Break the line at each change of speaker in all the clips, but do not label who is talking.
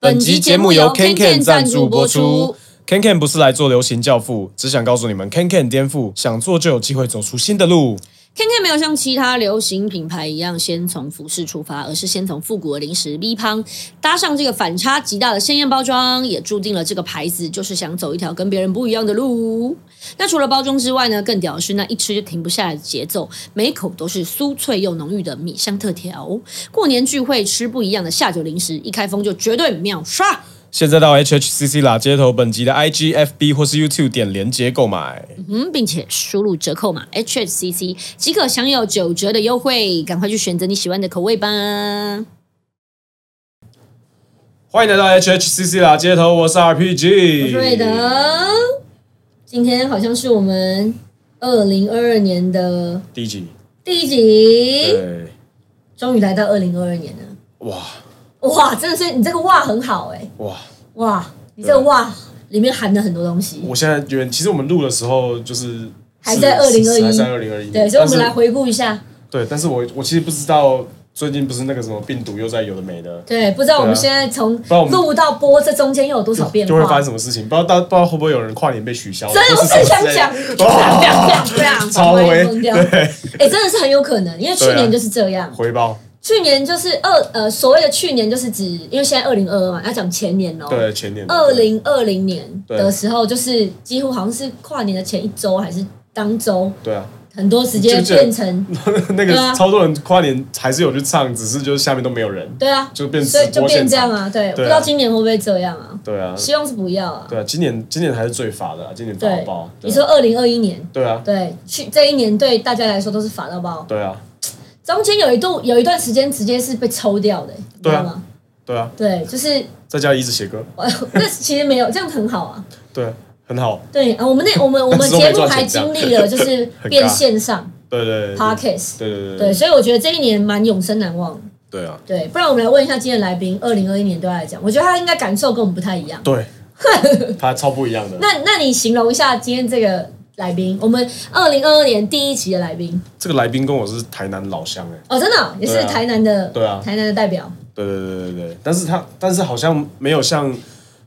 本集节目由 KenKen 赞助播出。
KenKen 不是来做流行教父，只想告诉你们，KenKen 颠覆，想做就有机会走出新的路。
KenKen 没有像其他流行品牌一样先从服饰出发，而是先从复古的零食 V 胖搭上这个反差极大的鲜艳包装，也注定了这个牌子就是想走一条跟别人不一样的路。那除了包装之外呢，更屌的是那一吃就停不下来的节奏，每一口都是酥脆又浓郁的米香特调。过年聚会吃不一样的下酒零食，一开封就绝对秒杀。
现在到 HHCC 啦街头本集的 IG、FB 或是 YouTube 点连接购买。
嗯，并且输入折扣码 HHCC 即可享有九折的优惠，赶快去选择你喜欢的口味吧。
欢迎来到 HHCC 啦街头，我是 RPG，
我是瑞德，今天好像是我们二零二二年的
第一集，
第一集，
对，
终于来到二零二二年了。
哇
哇，真的是你这个哇很好哎、
哇，
哇，你这个哇里面含了很多东西。
我现在觉得，其实我们录的时候就是
还在
是
2021
还在二零二一，
对，所以我们来
但是
回顾一下。
对，但是我我其实不知道最近不是那个什么病毒又在有的没的，
对，不知道我们
对啊
现在从
然我们
录到播这中间又有多少变
就会发
化
生？什么事情，不知道大不知道会不会有人跨年被取消，
真的，
或
我
是什么
正想
之类的
讲，
哇 超
超
威
疯掉。
对
哎、真的是很有可能，因为去
对啊
年就是这样。
回报，
去年就是二呃，所谓的去年就是指，因为现在二零二二嘛，要讲前年哦。
对前年
二零二零年
对
的时候，就是几乎好像是跨年的前一周还是当周，
对啊，
很多时间
就这样
变成
那
对啊
个超多人跨年还是有去唱，只是就是下面都没有人，
对啊，
就变直
所以就
播
变
现
这样
场，
啊，对，
啊
不知道今年会不会这样啊？
对啊，
希望是不要啊。
对啊，今年今年还是最法的啊，今年法
对
爆，，对
你
啊
说二零二一年，
对啊，
对，去这一年对大家来说都是法到爆，
对啊，
中间有一度有一段时间直接是被抽掉的、你知
对啊
道吗？
对啊，
对，就是
在家里一直写歌，
哇，那其实没有，这样很好啊。
对啊，很好，
对啊，我们那我 们我们
但是
节
都
目
没赚钱
还经历了就是
很尬
变线上
对对对
podcast，
对对对
对，
对
所以我觉得这一年蛮永生难忘。
对啊，
对，不然我们来问一下今天的来宾，二零二一年对他来讲，我觉得他应该感受跟我们不太一样。
对，他超不一样的，
那那你形容一下今天这个来宾，我们二零二二年第一期的来宾
这个来宾跟我是台南老乡哎，
哦，真的哦、也是
对啊
台南的，
对啊
台南的代表。
对对对对对对，但是他但是好像没有像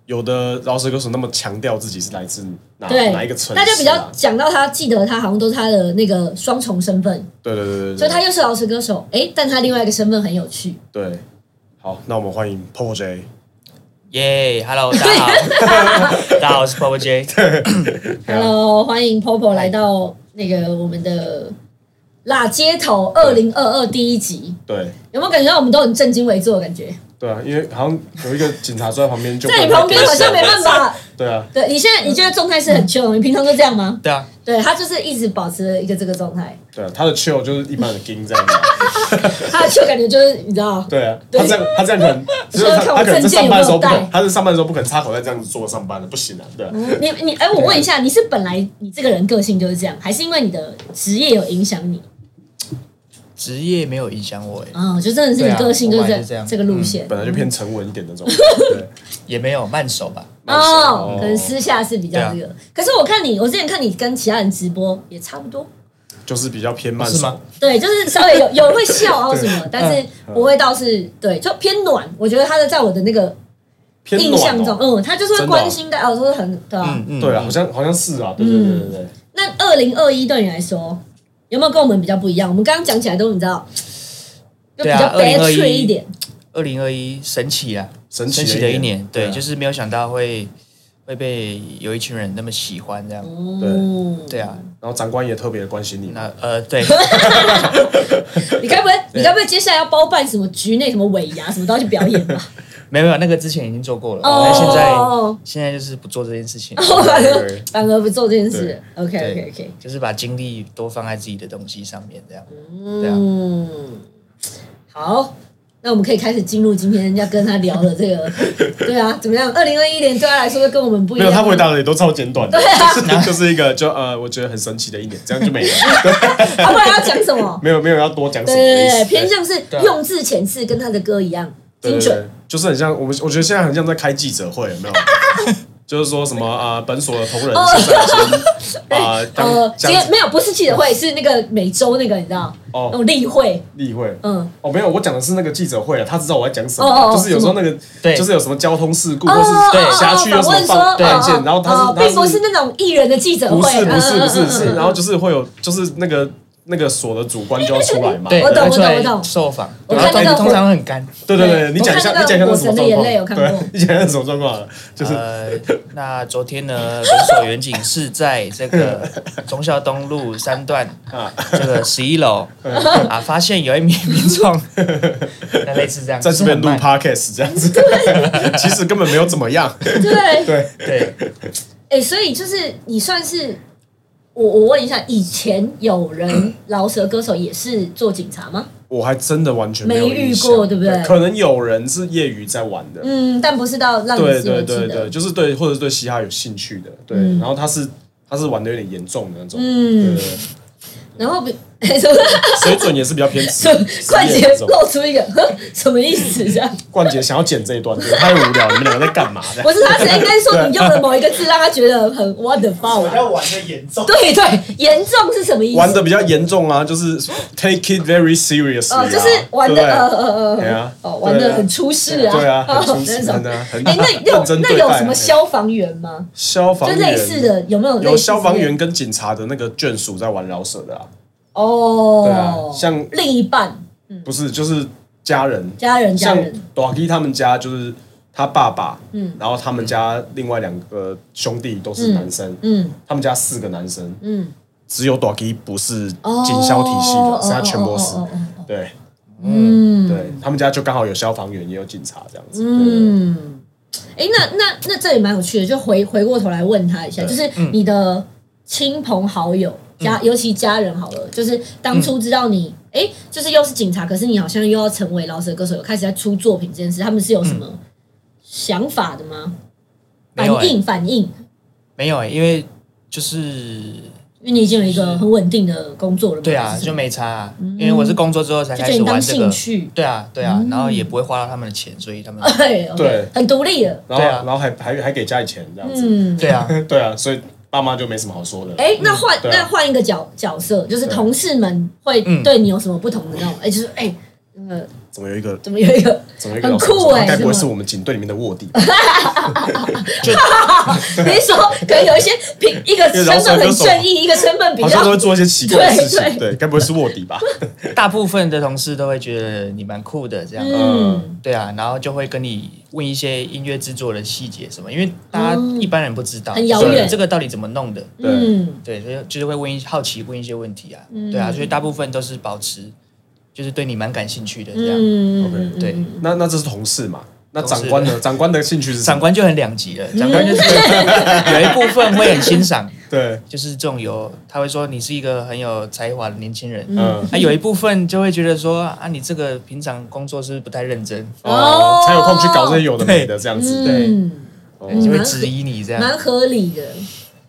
有的饶舌歌手那么强调自己是来自哪
对，
哪一个城市、啊，
那就比较讲到他，记得他好像都是他的那个双重身份，
对对对对，
所
对
以他又是饶舌歌手，诶，但他另外一个身份很有趣，
对。好，那我们欢迎 Popo J。
耶、h e l l o 大家好，大家好，我是 Purple J。
啊
Hello，欢迎 Popo 来到那个我们的辣街头二零二二第一集，
对
有没有感觉到我们都很震惊为坐的感觉？
对啊，因为好像有一个警察坐在旁边，就
在你旁边好像没办法。
对啊，
对你现在你现在状态是很 chill，你平常都这样吗？
对啊，
对他就是一直保持了一个这个状态，
对啊，他的 chill 就是一般的 gang 这样子 啊。
他的 chill 感觉就是你知道，
对啊，
对
他这样他这样可能，
说
就是他
看我
他可能在
证件
上班的时候
有没有
不可
带
能，他在上班的时候不可能插口在这样子坐上班的，不行啊，对啊。
你你哎，我问一下，你是本来你这个人个性就是这样，还是因为你的职业有影响你？
职业没有影响我，哎，
嗯，就真的是你个性就
对啊我本来
是
就这
这
样
这个路线
本来就偏沉稳一点那种。对，
也没有慢手吧？
哦，
哦
可能私下是比较这
啊
个。可是我看你，我之前看你跟其他人直播也差不多，
就是比较偏慢
哦是
手
吗。
对，就是稍微有有会笑啊什么，但是
嗯
不会到是对，就偏暖。我觉得他的在我的那个
偏
印
暖
象中，
哦
嗯，他就是会关心的，哦，说很对啊
嗯。嗯，
对啊，好像好像是啊，对对对
嗯
对对，
那二零二一对你来说有没有跟我们比较不一样？我们刚刚讲起来都你知道，就比
对啊
较 bad
2021
trip 一点，
二零二一神奇啊，
神
神
奇
奇的一
年
年，，对，
啊
就是没有想到会会被有一群人那么喜欢这样，
哦，
对啊，
然后长官也特别关心你，
嗯
那呃， 对，
你该不会，你该不会接下来要包办什么局内什么尾牙什么都要去表演吧？
没有没有，那个之前已经做过了，
哦
但现在现在就是不做这件事情，
反而
对
反而不做这件事
对。
OK
对
OK OK，
就是把精力多放在自己的东西上面这样，对啊，
嗯，好，那我们可以开始进入今天要跟他聊的这个，对啊，怎么样？二零二一年对他来说就跟我们不一
没
样。
有他回答的也都超简短的，就是 就是一个就呃，我觉得很神奇的一年，这样就没了，
啊，不然要讲什么？
没有没有要多讲
对
什么的
对
意思，
对，偏向是
对啊
用字遣词跟他的歌一样
对
精
对对
准。，
就是很像我们，我觉得现在很像在开记者会，有没有？就是说什么啊，本所的同仁是在 先啊
呃
当，
哦今
将
天没有，不是记者会，是那个每周那个，你知道，
哦
那种例会，
例会。
嗯，
哦，没有，我讲的是那个记者会啊，他知道我在讲什
哦哦
么，
哦
就是有时候那个，
对
就是有什么交通事故，
哦
或
哦
是
哦
辖区有
哦访
什么
问说
犯
哦
案件
哦，
然后他
哦
是他
并不是那种艺人的记者会，
不是不是
嗯
不是
嗯嗯
是，然后就是会有，就是那个那个所的主观就要出来嘛。
对，
我懂
拿出来
我懂我懂
受访，
我
然后
看那个
通常很干。
对对对，你讲一
我
下，
看那个
你讲一下那是什
我神
么状
的眼泪我
况？
看过
对，你讲一下是什么状况啊？就是
呃，那昨天呢，本所远景是在这个忠孝东路三段
啊，嗯
这个十一楼啊，发现有一名 民众，那类似这样，
在这边
就是
录
很慢
podcast 这样 子，其实根本没有怎么样。
嗯对，
对，
对，
哎、所以就是你算是我，我问一下，以前有人饶舌歌手也是做警察吗？
我还真的完全有
没遇
印象
过对不对
可能有人是业余在玩的，
嗯，但不是到让你
对
自由
对
记
对
得
对，。就是对，或者是对嘻哈有兴趣的，对。
嗯
然后他是他是玩的有点严重的那种，对
嗯
对，对
然后比哎什么
水准也是比较 偏
什
职
么快
职业
捷
那种
露出一个呵什么意思？这样
冠杰想要剪这一段，觉得太无聊，你们两个在干嘛？这样
不是他只应该说你用了某一个字让他觉得很 what the fuck 啊。
玩的严重。
对对，严重是什么意思？
玩的比较严重啊，就是 take it very seriously，啊
哦，就是玩的
对不对
呃呃
对啊
呃，哦，玩的很出事啊，
对啊，很
哦
出
那
真
种。
的很
哎， 那有
认真
那
对
有
待
什么消防员吗？
消防
就
员
类似的，有没有类似
有消防
之类
员
的
跟警察的那个眷属在玩饶舌的啊，对啊
哦，
像
另一半、
不是就是家人，
家人、嗯家
像
人，
短 a 他们家就是他爸爸，
嗯
嗯，然后他们家另外两个兄弟都是男生，
嗯
他们家四个男生，
嗯，
只有短 a 不是
哦
警消体系的，是他全部
哦
是，
哦哦哦哦
对
嗯，
对，他们家就刚好有消防员也有警察这样子，对对对
嗯，哎，那那那这也蛮有趣的，就回回过头来问他一下，
对
就是
嗯
你的亲朋好友。家，尤其家人好了，就是当
嗯
初知道你，哎、就是又是警察，可是你好像又要成为饶舌歌手，有开始在出作品这件事，他们是有什么想法的吗？
嗯没有
反
欸
应，反应，
没有欸，因为就是
因为你已经有一个很稳定的工作了嘛，
对啊，
嗯
还是
就
什么
没差啊，因为我是工作之后才
嗯就觉
开
得
始
你当
玩这
兴
个，
趣， 嗯
对啊对啊，然后也不会花到他们的钱，所以他们
对
对
很独立了，
然后
对啊
然后还还还给家里钱这样子，
嗯，
对。啊，
对啊，所以爸妈就没什么好说的，
哎，那换
对啊
那换一个角角色，就是
对
同事们会
嗯
对你有什么不同的那种？哎，就是哎，那个
怎么有一个
怎么有一 个
怎么有一个
很
老师
酷欸
该不会
是吗
是我们警队里面的卧底吧？
你是说可能有一些平一个身
因为饶舌
份
歌
很
手
正义，一个身份比
好
较
像都会做一些奇怪的事
对
情，对，该不会是卧 底吧？
大部分的同事都会觉得你蛮酷的这样，
嗯
对啊，然后就会跟你问一些音乐制作的细节什么，因为大家
哦
一般人不知道，
很遥
所以
远
这个到底怎么弄的？
对
嗯
对，所以就是会问一好奇问一些问题啊，对啊，所以大部分都是保持就是对你蛮感兴趣的这样。
嗯，
对，
那那这是同事嘛？那
同事
长官呢？长官的兴趣是什
长
么？
官就很两极
嗯
了，长官就是 有一部分会很欣赏，
对，
就是这种有他会说你是一个很有才华的年轻人，
嗯，
那有一部分就会觉得说啊，你这个平常工作是不是不太认真，
哦，才有空去搞这些有的没的这样子，对，
嗯，
就会质疑你这样。
蛮合理的。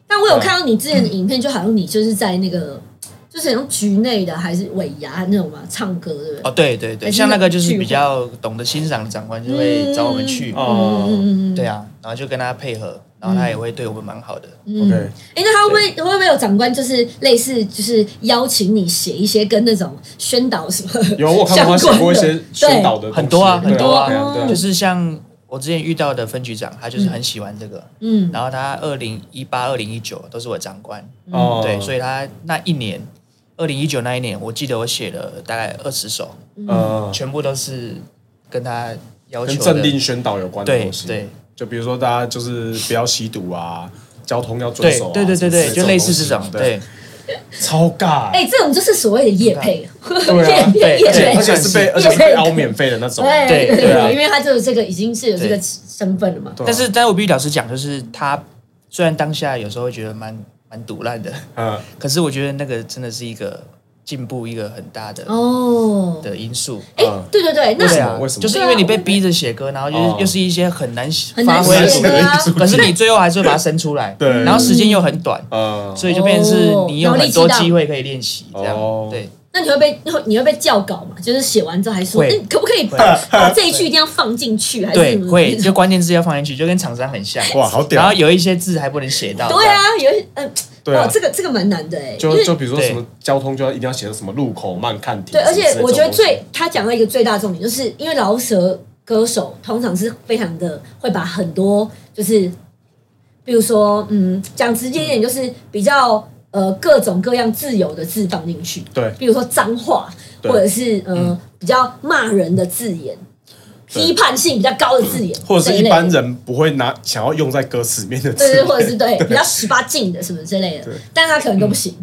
但我有看到你之前的影片，就好像你就是在那个，就是像局内的还是尾牙那种嘛，唱歌对不对？
哦，对对对，
还是
像那个就是
聚会嗯
比较懂得欣赏的长官就会找我们去，
哦
嗯嗯嗯，
对啊，然后就跟他配合，然
嗯
后他也会对我们蛮好的。
，OK，
哎、那他会不会会不会有长官就是类似就是邀请你写一些跟那种宣导什么
有我看过
相关
他写过一些宣导的东西
很多啊，
对
很多
对啊，对
啊，
啊
就是像我之前遇到的分局长，他就是很喜欢这个，
嗯
然后他二零一八、二零一九都是我长官，
哦，
对，所以他那一年，二零一九那一年，我记得我写了大概二十首，
嗯
呃，
全部都是跟他要
跟
求
政令
的，
宣导有关的
对
东西，
对。
就比如说大家就是不要吸毒啊，交通要遵
对
守啊，
对对对对，
什么之
就类似这
种
种，
东西，
对，
超尬，
哎、这种就是所谓的业配，
对啊
业业
对
业
对
而
配，
且是被而且是被凹免费的那种，
对
对
对
对啊
因为他就是这个已经是有这个
对
身份了嘛。
对啊
但是但我必须老实讲，就是他虽然当下有时候会觉得蛮蛮毒烂的，
嗯，
可是我觉得那个真的是一个进步，一个很大的
哦，
的因素。
哎、
嗯
对对对，那
为什
对
么
啊，
么
就是因为你被逼着写歌，然后
哦
又又是一些很难
很
发
难
挥
写
的
很
的
东
啊
难写。
西，可是你最后还是会把它生出来，
对
然后时间又很短，
呃，
哦
所以就变成是你有很多机会可以练习，这样
哦
对
那你会被你会你会被校稿嘛？就是写完之后还说，
会
嗯，可不可以
会
把把这一句一定要放进去，还是
对
什，么？
会就关键字要放进去，就跟厂商很像。
哇，好
然
屌
后！有一些字还不能写 到。
对啊，有一嗯，
对啊
哇，这个这个蛮难的哎，因
就
为
就比如说
对
什么交通，就要一定要写的什么路口慢看停。
对，而
什么之
且
类
我觉得
这种东西
最他讲到一个最大重点，就是因为饶舌歌手通常是非常的会把很多就是，比如说嗯，讲直接一点就是比较呃各种各样自由的字放进去，
对
比如说脏话
对
或者是呃、
嗯
比较骂人的字眼，
对
批判性比较高的字眼，
或者
这
是一
类
般
的。
人不会拿想要用在歌词里面的
对
词
对，，或者是对比较十八禁的什么之类的
对，嗯
但他可能都不行。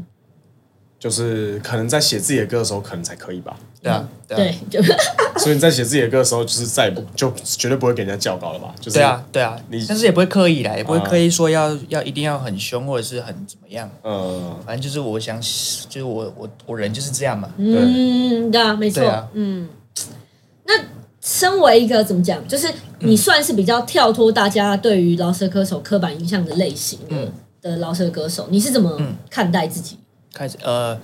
就是可能在写自己的歌的时候，可能才可以吧。
对啊，对啊
对，就
所以你在写自己的歌的时候，就是再也不就绝对不会给人家叫稿了吧？就是
对啊，，对啊
你，
但是也不会刻意来，也不会
啊
刻意说要要一定要很凶或者是很怎么样，
呃，
反正就是我想，就是我我我人就是这样嘛。
嗯，对啊，没错
对啊，
嗯。那身为一个怎么讲，就是你算是比较跳脱大家对于饶舌歌手刻板印象的类型的、
嗯
的饶舌歌手，你是怎么
嗯
看待自己？
开始呃，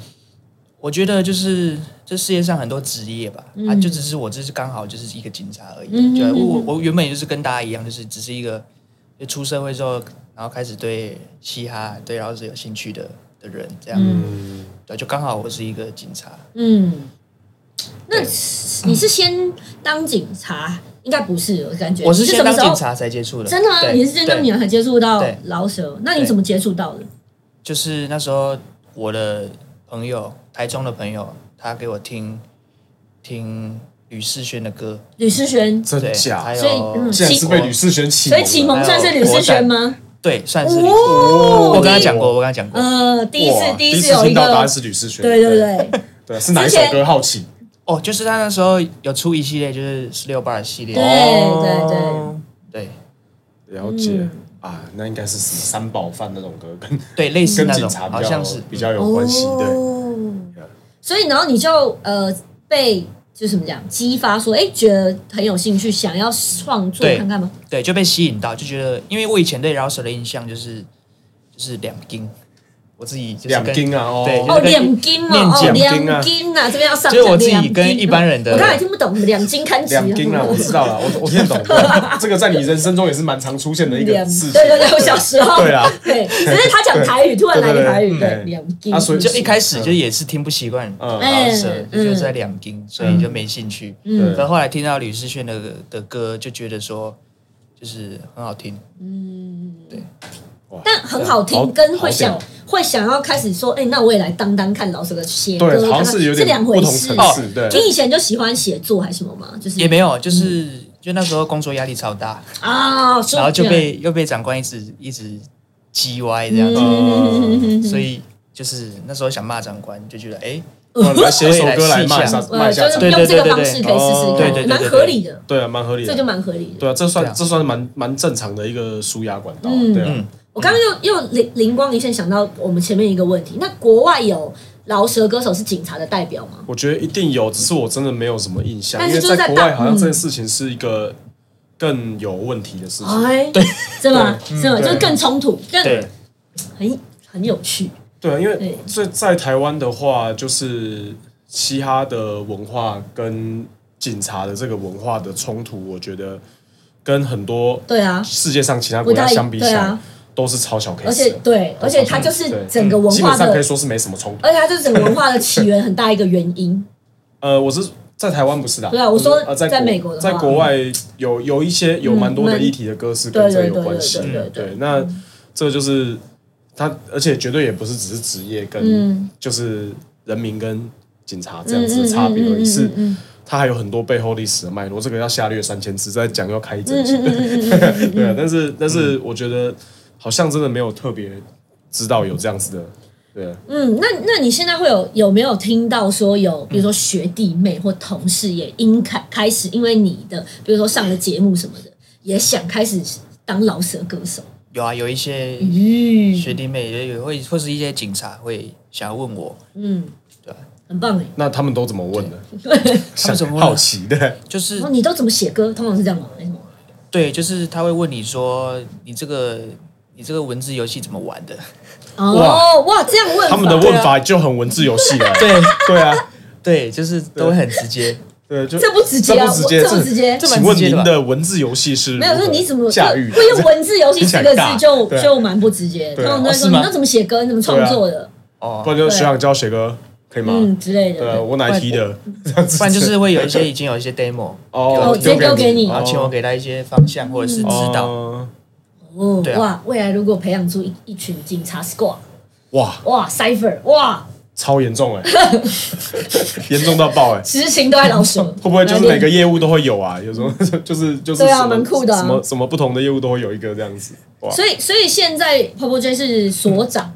我觉得就是这世界上很多职业吧，啊，就只是我这是刚好就是一个警察而已，
嗯
就
嗯
我我原本也就是跟大家一样，就是只是一个就出社会之后，然后开始对嘻哈对然后是有兴趣的的人这样，
嗯，
对，就刚好我是一个警察，
嗯，那你是先当警察？应该不是，我感觉
我是
你
先
什么
当
时候
警，察才接触的，
真的吗？
对
你是先当
对
警察才接触到
对
饶舌？那你怎么接触到的？
就是那时候我的朋友，台中的朋友，他给我听听吕世轩的歌，
吕思璇，
真
对，
假
还？有
所以嗯
竟然是被吕世轩启
所
蒙
以
的，
启蒙算是吕思璇吗？
对，算是吕世轩。
哦
我跟他讲哎过，我跟他讲过，
呃，第一次
哇，
第
一
次有一
听到答
个
案，是吕世轩，
对对对，
对，是哪一首
之前
歌？好奇，
哦，就是他那时候有出一系列，就是十六八系列，
对对对
哦
对
了解
嗯
啊，那应该是什么三宝饭那种歌，跟
对类似
跟
那
警
种，
察比
好
较
像是
比较有关系，对，
嗯哦所以，然后你就呃被就是怎么讲激发说，哎，觉得很有兴趣，想要创作
对
看看吗？
对就被吸引到，就觉得，因为我以前对饶舌的印象就是就是两斤，我自己就是
两
跟
金啊，哦，
对
哦，
就是跟
两斤嘛，哦，
念经
两斤呐，这边要上。
就是我自己
两斤
跟一般人的
我刚才听不懂两斤看齐。
两金啊，我知道了，我我听得懂，对这个在你人生中也是蛮常出现的一个
两，
事情，
对对对，我小时候。
对啦，啊
对，只是他讲台语，突然来个台语，
对对对
对，
嗯
两斤。哎
啊所以
就一开始就也是听不习惯
嗯
饶舌
嗯，
就觉得在两斤，所以就没兴趣。
嗯
可后来听到吕思萱的的歌，就觉得说就是很好听。
但很好
好
听，跟会想
好屌
会想要开始说，哎，那我也来当当看老师的写歌，
对，好像
看看
是有
这
点
两
不
回
同
事
层。
哦
次，对，
你以前就喜欢写作还是什么吗？就是
也没有，就是
嗯
就那时候工作压力超大，
啊，说
然后就被又被长官一直一直叽歪这样子，
嗯
所以就是那时候想骂长官，就觉得哎，
哦来写一首歌来卖一下
我
卖
呃，
一
就
下
是
场，
对
用这个方式可以试试看，
对
对对对对对
蛮合理的，
对啊，蛮合理
这就
的。
蛮合理的。
对啊，这
对
算
啊
这算蛮蛮正常的一个舒压管道啊，
嗯
对啊
嗯，
我刚刚又又灵灵光一现想到我们前面一个问题，那国外有饶舌歌手是警察的代表吗？
我觉得一定有，只是我真的没有什么印象，
但
因
是
为
就是在
在国外
大
好像
嗯
这件事情是一个更有问题的事情。
哎，对，是吗？是吗？
对
就是更冲突，更
对
很很有趣。
对啊，因
对
为在在台湾的话，就是嘻哈的文化跟警察的这个文化的冲突，我觉得跟很多
对啊，
世界上其他
不
国家
太
相比起
对
来
啊，，
都是超小 case，的
而且对，而且它就是
对嗯
整个文
基
化
本上可以
的，
说是没什么冲突。
而且它就是整个文化的起源很大一个原因。
呃，我是在台湾不是的，
对啊我说
呃在
在美国的话
在国外有有一些有蛮多的
嗯
议题的歌是跟这个有关系
对对对
的。
对对对嗯
对，那这就是他，而且绝对也不是只是职业跟
嗯
就是人民跟警察这样子的差别而已，是
嗯
它还有很多背后历史的脉络。这个要下略三千字，再讲要开一整
嗯
集。
嗯嗯嗯嗯，
对啊，但是但是我觉得好像真的没有特别知道有这样子的，对啊。
嗯，那那你现在会有有没有听到说有，比如说学弟妹或同事也因开开始因为你的，比如说上了节目什么的，也想开始当饶舌歌手？
有啊，有一些
嗯
学弟妹也有会，或是一些警察会想要问我，
嗯，
对啊
很棒哎。
那他们都怎么问的？
他们怎么问
好
啊？
奇的，
就是
然后哦你都怎么写歌？通常是这样吗？还是什么？
对，就是他会问你说你这个你这个文字游戏怎么玩的？
哦哇，这样问法
他们的问法就很文字游戏了。
对
对啊，
对，就是都会很直接。
对，就
这不直接啊
这不直接，
我这不直接
这
这
请
蛮
问
直接的
您
吧
的文字游戏是
没有，
如
就
何
是你怎么
驾驭的？
会用文字游戏
听起
四
来
个字
尬
就
对啊
就蛮不直接，通
对啊
常都会说
哦是
你
吗
那怎么写歌，你怎么创作的，
不
哦，
然就
对
学长教写歌可以吗？
啊嗯之类
对，啊
的。
我哪一题的？这样子
不然就是会有一些已经有一些 demo，
哦，
直接丢给你嗯
哦
然后请我给他一些方向或者是指导。
哦
哦
对，啊
哇，未来如果培养出一一群警察 squad，
哇，
哇，cipher，哇，
超严重哎， 严重到爆哎！
执勤都在老手，
会不会就是每个业务都会有啊？有时候 就是就是
对啊
什么
蛮酷的啊
什么什么不同的业务都会有一个这样子。哇，
所以，所以现在 Purple J 是所长，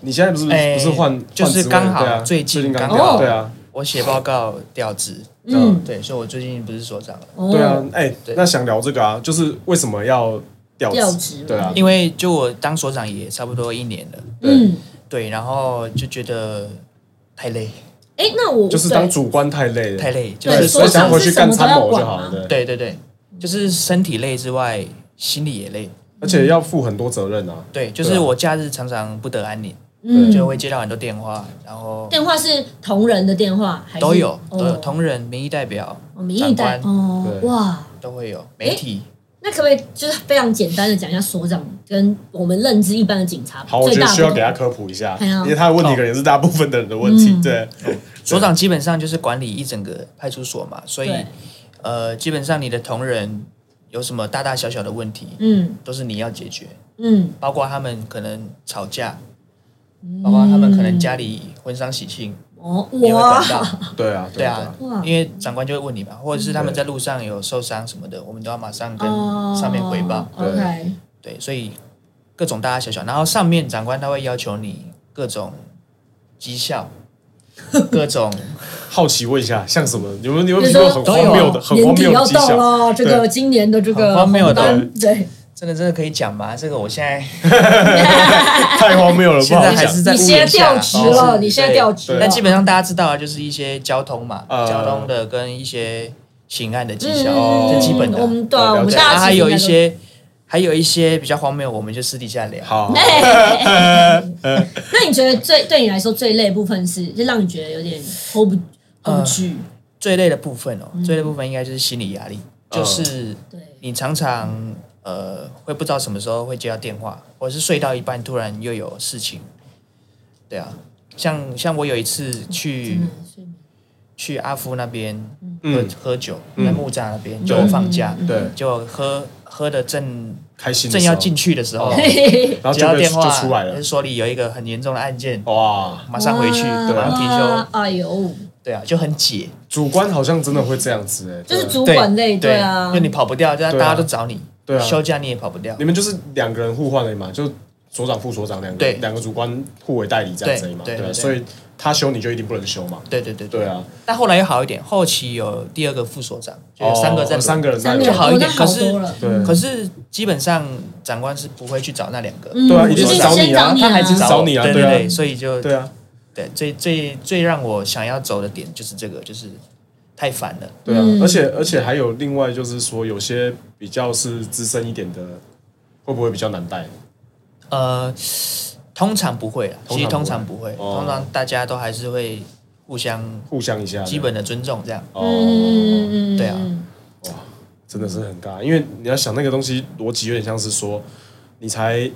你现在不是不
哎
是换
就是
换职位
刚好
对啊
最
近
近
刚
刚
好
好对啊
我写报告调职，
嗯，
对，所以我最近不是所长了，
哦
对啊，，哎
对，
那想聊这个啊，就是为什么要调
调职嘛
对啊，
因为就我当所长也差不多一年了，
嗯，
对，然后就觉得太累，
哎，那我
就是当主观太累了，
太累，就
对，
是
所
所
以
以
想
想
回
回
去
去
干
干
参
参
谋
谋
就
就
好
好
了
了。
对，
对对对，就是身体累之外，心里也累。
而
嗯
且要负很多责任啊。
对，就
对
是
啊
我假日常常不得安宁，
嗯，
就会接到很多电话，然后
电话是同仁的电话还是
都有都有
哦
同仁、民意代表、
哦民
长
意代
官
哦
对
哇，
都会有，媒体
那可不可以就是非常简单的讲一下所长跟我们认知一般的警察
好，我
最
觉得
大的
需要
不
给
同
他科普一下，
哎呀
因为他的问题可能也是大部分的人的问题。
嗯
对，
所长基本上就是管理一整个派出所嘛，所以
对
呃，基本上你的同仁有什么大大小小的问题，
嗯
都是你要解决，
嗯
包括他们可能吵架，包括他们可能家里婚丧喜庆，
哦
也会管
嗯 哇
到。
对啊，
对
啊
啊，，
哇
因为长官就会问你嘛，或者是他们在路上有受伤什么的，我们都要马上跟
哦
上面汇报。
对
OK，
对，所以各种大大小小，然后上面长官他会要求你各种绩效，各种
好奇问一下，像什么？有没有有没
比如
有听过
说啊
很
都有啊
荒谬的、很
年
荒
底
谬
要
的绩
到
效？
了，这个今年的这个
很荒谬的
红单对，
真的真的可以讲吗？这个我现在
太荒谬了，不
现
好
在还
讲。
是在
你
屋
现在
檐下哦
调职了，
对
你现在调职了，
但基本上大家知道，啊就是一些交通嘛，
呃
交通的跟一些刑案的绩效，
哦
这
嗯，
基本的。
我们对啊，
了解
我们
对，
大
啊
家
还
其实
有一
应该都
些，还有一些比较荒谬，我们就私底下聊。
好，
那你觉得最对你来说最累的部分是，就让你觉得有点 hold 不 hold 不住？
最累的部分哦，最累的部分应该就是心理压力，
嗯
就是
对，
你常常呃会不知道什么时候会接到电话，或者是睡到一半突然又有事情。对啊，像像我有一次去、
嗯，所以
去阿夫那边喝、
嗯，
喝酒，
嗯
在木栅那边就
对
放假，
嗯
对，
就喝喝的正
开心的
正
时候
要进，去的时候
哦，然后
接
就
到
被
电话
就出来了哦
就，说里有一个很严重的案件，
哇，
马上回去，
哇
哦马上提休。
哎呦，
对啊，就很解，
主观好像真的会这样子哎，
就
对
是主管累，
对
啊
因为，你跑不掉，大家
对啊
大家都找你，
对啊
休假你也跑不掉
你。们就是两个人互换而已嘛，就所长副所长两个
对
两个主观互为代理这样子而已嘛，
对对
对啊，
对对
所以他休你就一定不能休嘛，
对对对
对。啊，
但后来又好一点，后期有第二个副所长，就有三个在
哦三个人在
三个
就
人
好一点
哦那好
可是
多了，
对
可是基本上长官是不会去找那两个，
嗯
对啊
我
一定
就是
找
先
你啊
找你
他还是
找
我
你啊
对
对啊
对，所以就
对啊，
对最最最让我想要走的点就是这个，就是太烦了。
对啊，
嗯
而且而且还有另外就是说，有些比较是资深一点的，会不会比较难带？
呃，通常不会啦，啊
通常不会
其实通常不会，
哦
通常大家都还是会互相
互相一下的，
基本的尊重这样。
哦，
嗯
对啊
真的是很尬，因为你要想那个东西逻辑有点像是说，你才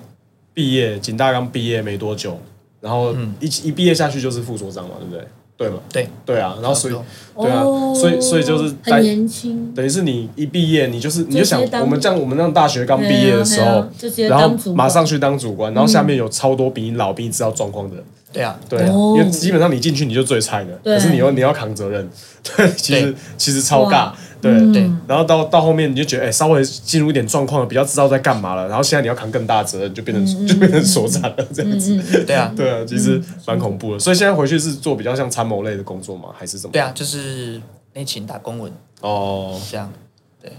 毕业，景大刚毕业没多久，然后
嗯
一、一毕业下去就是副所长嘛，对不对？对嘛，
对
对啊，然后所以
差不
对啊，
哦
所以所以就是
很
待
年轻，
等于是你一毕业，你就是你就想
直接当
我们像我们那样大学刚毕业的时
对
候
啊对啊就直，接
然后
当主管嗯
马上去当主管，然后下面有超多比你老、比你知道状况的人，
对啊，
对啊，
哦
因为基本上你进去你就最菜的，
对
可是你又你要扛责任， 对，其实
对
其实超尬
哇，嗯
对。
对
然后到到后面你就觉得，哎、稍微进入一点状况了，比较知道在干嘛了。然后现在你要扛更大的责任，就变
嗯
成、就变成所长了，这样子。
对啊，
对啊，其实蛮恐怖的。所以现在回去是做比较像参谋类的工作吗？还是怎么？
对啊，就是内勤打工文
哦，
这样，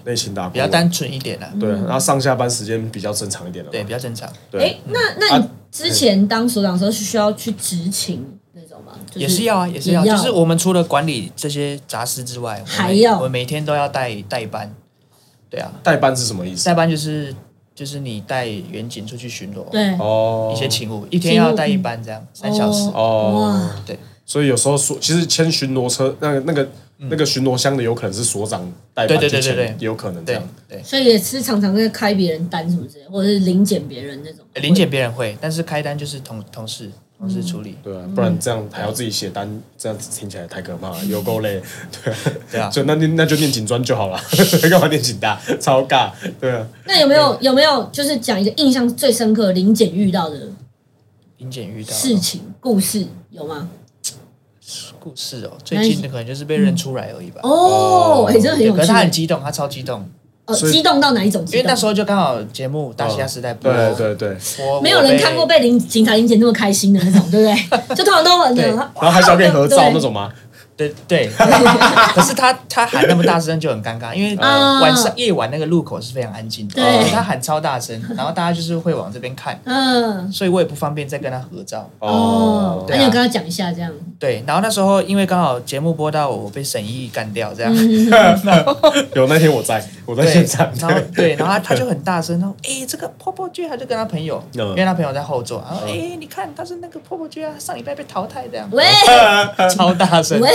内勤打工
比较单纯一点啦。啊
对，然后上下班时间比较正常一点了。
嗯对，比较正常，
对，
哎，那那你
啊
之前当所长的时候是需要去执勤那种吗？就
也是要啊，也是要，
也要
就是我们除了管理这些杂事之外，我
还
们
要
我们每天都要带带班，对啊，
代班是什么意思？
带班就是就是你带远景出去巡逻，
对
哦，
一些勤务，一天要带一班这样，三小时，
哦，
哇
对，
所以有时候说，其实签巡逻车那个那个、那个巡逻箱的，有可能是所长代
嗯对
班
对
去
对对
签，
对
也有可能这
对
样。
对，
所以也是常常在开别人单什么之类，或者是零检别人那种。
哎临检别人会，但是开单就是同同事同事处理，
对啊，不然这样还要自己写单，这样子听起来太可怕了，有够累。对啊，
对啊
就那念那就念警专就好了， 干嘛念警大？超尬。对啊，
那有没有有没有就是讲一个印象最深刻临检遇到的
临检遇到的
事情故事有吗？
故事哦，最近的可能就是被认出来而已吧。
哦，哎、真的很
对，
有
可
趣
是。他很激动，他超激动，
呃，
所以
激动到哪一种激
因
动？
为那时候就刚好节目《大西亚时代》播，
对对对，
播
没有人看过被临警察临检那么开心的那种，对不 对？就通常都很
对
然后还想跟你合照那。种吗？
对对， 可是他他喊那么大声就很尴尬，因为
啊
晚上夜晚那个路口是非常安静的，
对
所以他喊超大声，然后大家就是会往这边看，
嗯，
所以我也不方便再跟他合照。
哦，那
对
你有跟他讲一下这样？
对，然后那时候因为刚好节目播到我我被沈毅干掉这样，
嗯
有那天我在，我在
对，
现场。
然后
哦
对，然后他他就很大声，然后哎、这个泡泡剧，他就跟他朋友，
嗯
因为他朋友在后座，然后哎、你看他是那个泡泡剧啊，他上礼拜被淘汰的、啊，
喂
超大声，
喂，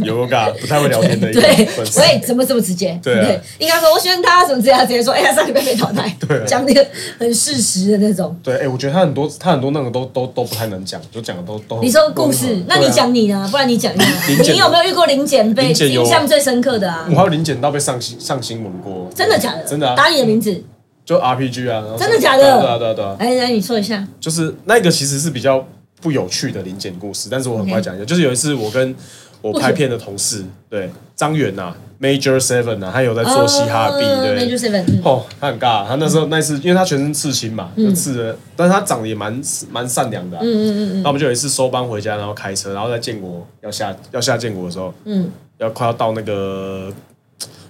有够尬，不太会聊天的一个
对
粉，丝。
喂，怎么这么直接？
对啊
应该说我喜欢他什么之类的，直接说，哎、他上礼拜被淘汰，
对啊
讲那个很事实的那种。
对，哎、我觉得他很多他很多那个都都都不太能讲，就讲的都都。
你说故
哦
事，那你
啊
讲你呢？不然你讲一下，
临检
你有没有遇过临检被
临检有
印象最深刻的啊
我？还有临检到被上新上新闻过，
真的假的？
真的啊，
打你的名字？
就 RPG 啊，然后
真的假的
对啊对啊对啊对啊，
哎，来你说一下。
就是那个其实是比较不有趣的临检故事，但是我很快讲一下就是有一次我跟我拍片的同事，对张远呐，Major Seven 呐、他有在做嘻哈 B，、
哦
对，
Major Seven，嗯
哦，他很尬，他那时候那一次，因为他全身刺青嘛，就刺了，但是他长得也蛮蛮善良的、啊，
嗯嗯嗯
那我们就有一次收班回家，然后开车，然后在建国要下要下建国的时候，
嗯，
要快要到那个